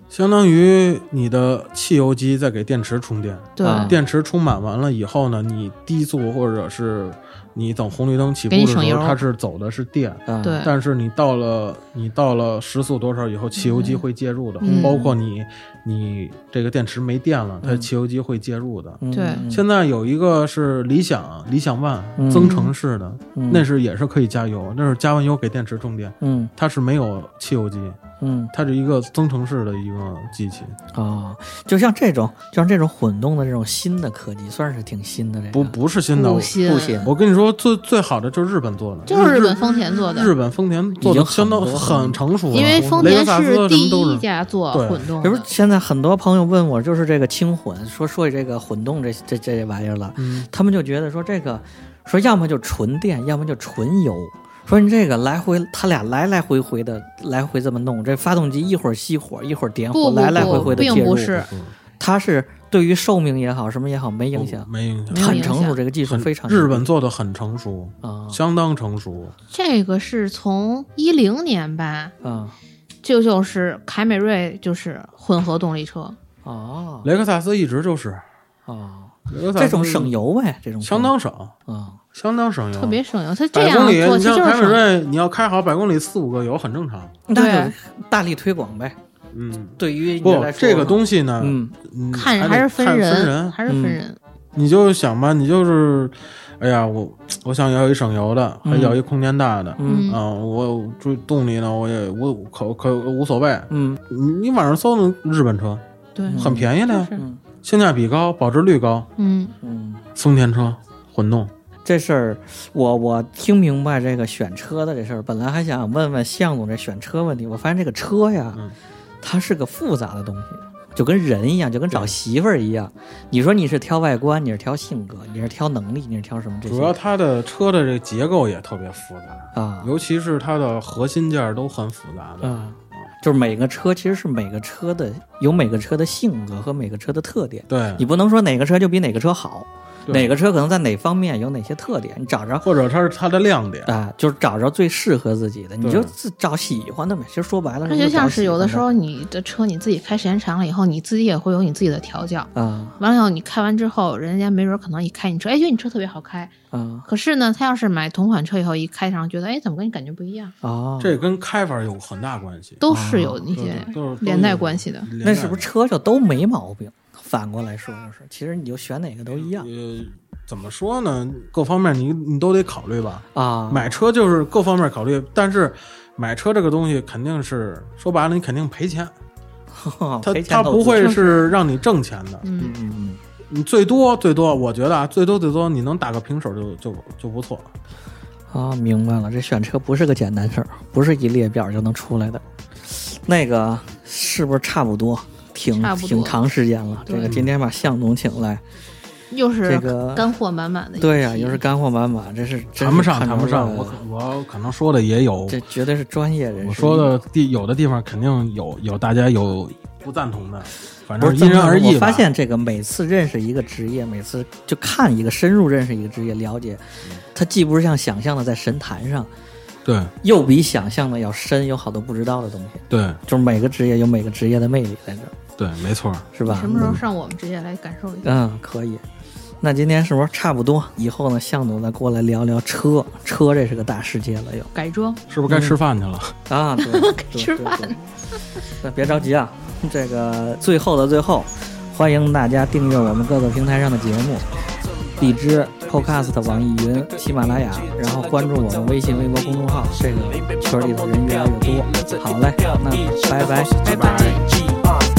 相当于你的汽油机在给电池充电，
对，
啊
电池充满完了以后呢，你低速或者是你等红绿灯起步
给
的
你
时
省
候，
油
它是走的是电。
啊
对
但是你到了你到了时速多少以后，汽油机会介入的，
嗯
包括你你这个电池没电了，它
嗯
汽油机会介入的。
嗯
对
嗯
现在有一个是理想理想 ONE
嗯
增程式的，
嗯
那是也是可以加油，那是加完油给电池充电，
嗯
它是没有汽油机，
嗯
它是一个增程式的一个机器。
啊，就像这种就像这种混动的这种新的科技，算是挺新的这个
不不是新的，
不
我
新
不新
我跟你说，最最好的就是日本做的，
就是日本丰田做的
日本丰田做
已经
的
很
相当
多
很成熟了，
因为丰田
雷克萨斯啊
是
什
第
么都
一
是。
家做
对
混动
这不
的
是，现在很多朋友问我，就是这个轻混，说说起这个混动这这这玩意儿了，
嗯，
他们就觉得说这个，说要么就纯电，要么就纯油，说你这个来回，他俩来来回回的来回这么弄，这发动机一会儿熄火，一会儿点火，
不不
来来回
不，
回的
并
介入
不，是，
它是对于寿命也好，什么也好没影响，
哦没影响
哦没有
很
影
成熟，
响
这个技术
很
非常
日本做的很成熟，
啊
相当成熟。
这个是从一零年吧，
啊
这就是凯美瑞就是混合动力车，
哦
雷克萨斯一直就是
哦，
雷克萨斯
这种省油呗，这种
相当省，
啊
相当省油，
特别省油。它这
百
样
公里，
做
你
其实
像
就
凯
是省
美
油
瑞，你要开好百公里四五个油很正常。
那就大力推广呗，
嗯，
对于你
不
来，说
这个东西呢，
嗯
嗯，
看
还
还
得
是分
看分
人，
人，
还是分人。
你就想吧，你就是，哎呀，我我想要一省油的，还要一空间大的，
嗯
啊，我这动力呢，我也我可可无所谓。
嗯
你你网上搜呢，日本车
对，
很啊便宜的呀，
嗯就是
嗯
性价比高，保值率高，
嗯，
嗯。
丰田车混动，
这事儿，我我听明白这个选车的这事儿，本来还想问问向总这选车问题，我发现这个车呀，
嗯
它是个复杂的东西，就跟人一样，就跟找媳妇儿一样。你说你是挑外观，你是挑性格，你是挑能力，你是挑什么这
主要
些
它的车的这个结构也特别复杂，
啊
尤其是它的核心件儿都很复杂的。
啊，就是每个车其实是每个车的有每个车的性格和每个车的特点，
对，
你不能说哪个车就比哪个车好，
嗯对
哪个车可能在哪方面有哪些特点，你找着
或者它是它的亮点。
啊，就是找着最适合自己的，你
对
就自找喜欢的呗。其实说白了，
那就像是有的时
找
候你的车你自己开时间长了以后，你自己也会有你自己的调教。
喜欢的啊
完了以后，你开完之后，人家没准可能一开你车，哎，觉得你车特别好开。
啊
可是呢，他要是买同款车以后一开上，觉得哎，怎么跟你感觉不一样？
哦，
这跟开法有很大关系，
都是有那
啊都
些
都是都
连带
有
关系的。
连带
那是不是车就都没毛病？反过来说就是，其实你就选哪个都一样
呃，怎么说呢？各方面你你都得考虑吧。
啊。
买车就是各方面考虑，但是买车这个东西肯定是说白了，你肯定赔钱， 它
哦赔钱
它
都值
不会是让你挣钱的。
嗯，
嗯
你最多最多，我觉得啊，最多最多你能打个平手就就就不错了。
啊，明白了，这选车不是个简单事儿，不是一列表就能出来的。那个是不是差不多？挺
差不多
挺长时间了。这个
对
嗯
哎
今天把向总请来，
又是
这个
干货满满的一期。
对呀、又是干货满满，这是真
谈
是
不上，
看
谈不
出
上，
来
我可我可能说的也有，
这绝对是专业人士。
我说的地有的地方肯定有有大家有不赞同的，反
不
正
是
因人而异
我
吧
发。现这个每次认识一个职业，每次
嗯
就看一个深入认识一个职业，了解它既不是像想象的在神坛上，
对
又比想象的要深，有好多不知道的东西。
对
就是每个职业有每个职业的魅力在这儿，
对，没错儿。
是吧
什？么时候上我们直接来感受一下？
嗯，可以。那今天是不是差不多？以后呢，向总再过来聊聊车，车这是个大世界了又
改装，
是
嗯
不是该吃饭去了？
啊！对，对对
吃饭
对 那别着急啊，这个最后的最后，欢迎大家订阅我们各个平台上的节目，荔枝、Podcast、网易云、喜马拉雅，然后关注我们微信、微博公众号，这个群里的人越来越多。好嘞，那拜拜。
拜拜。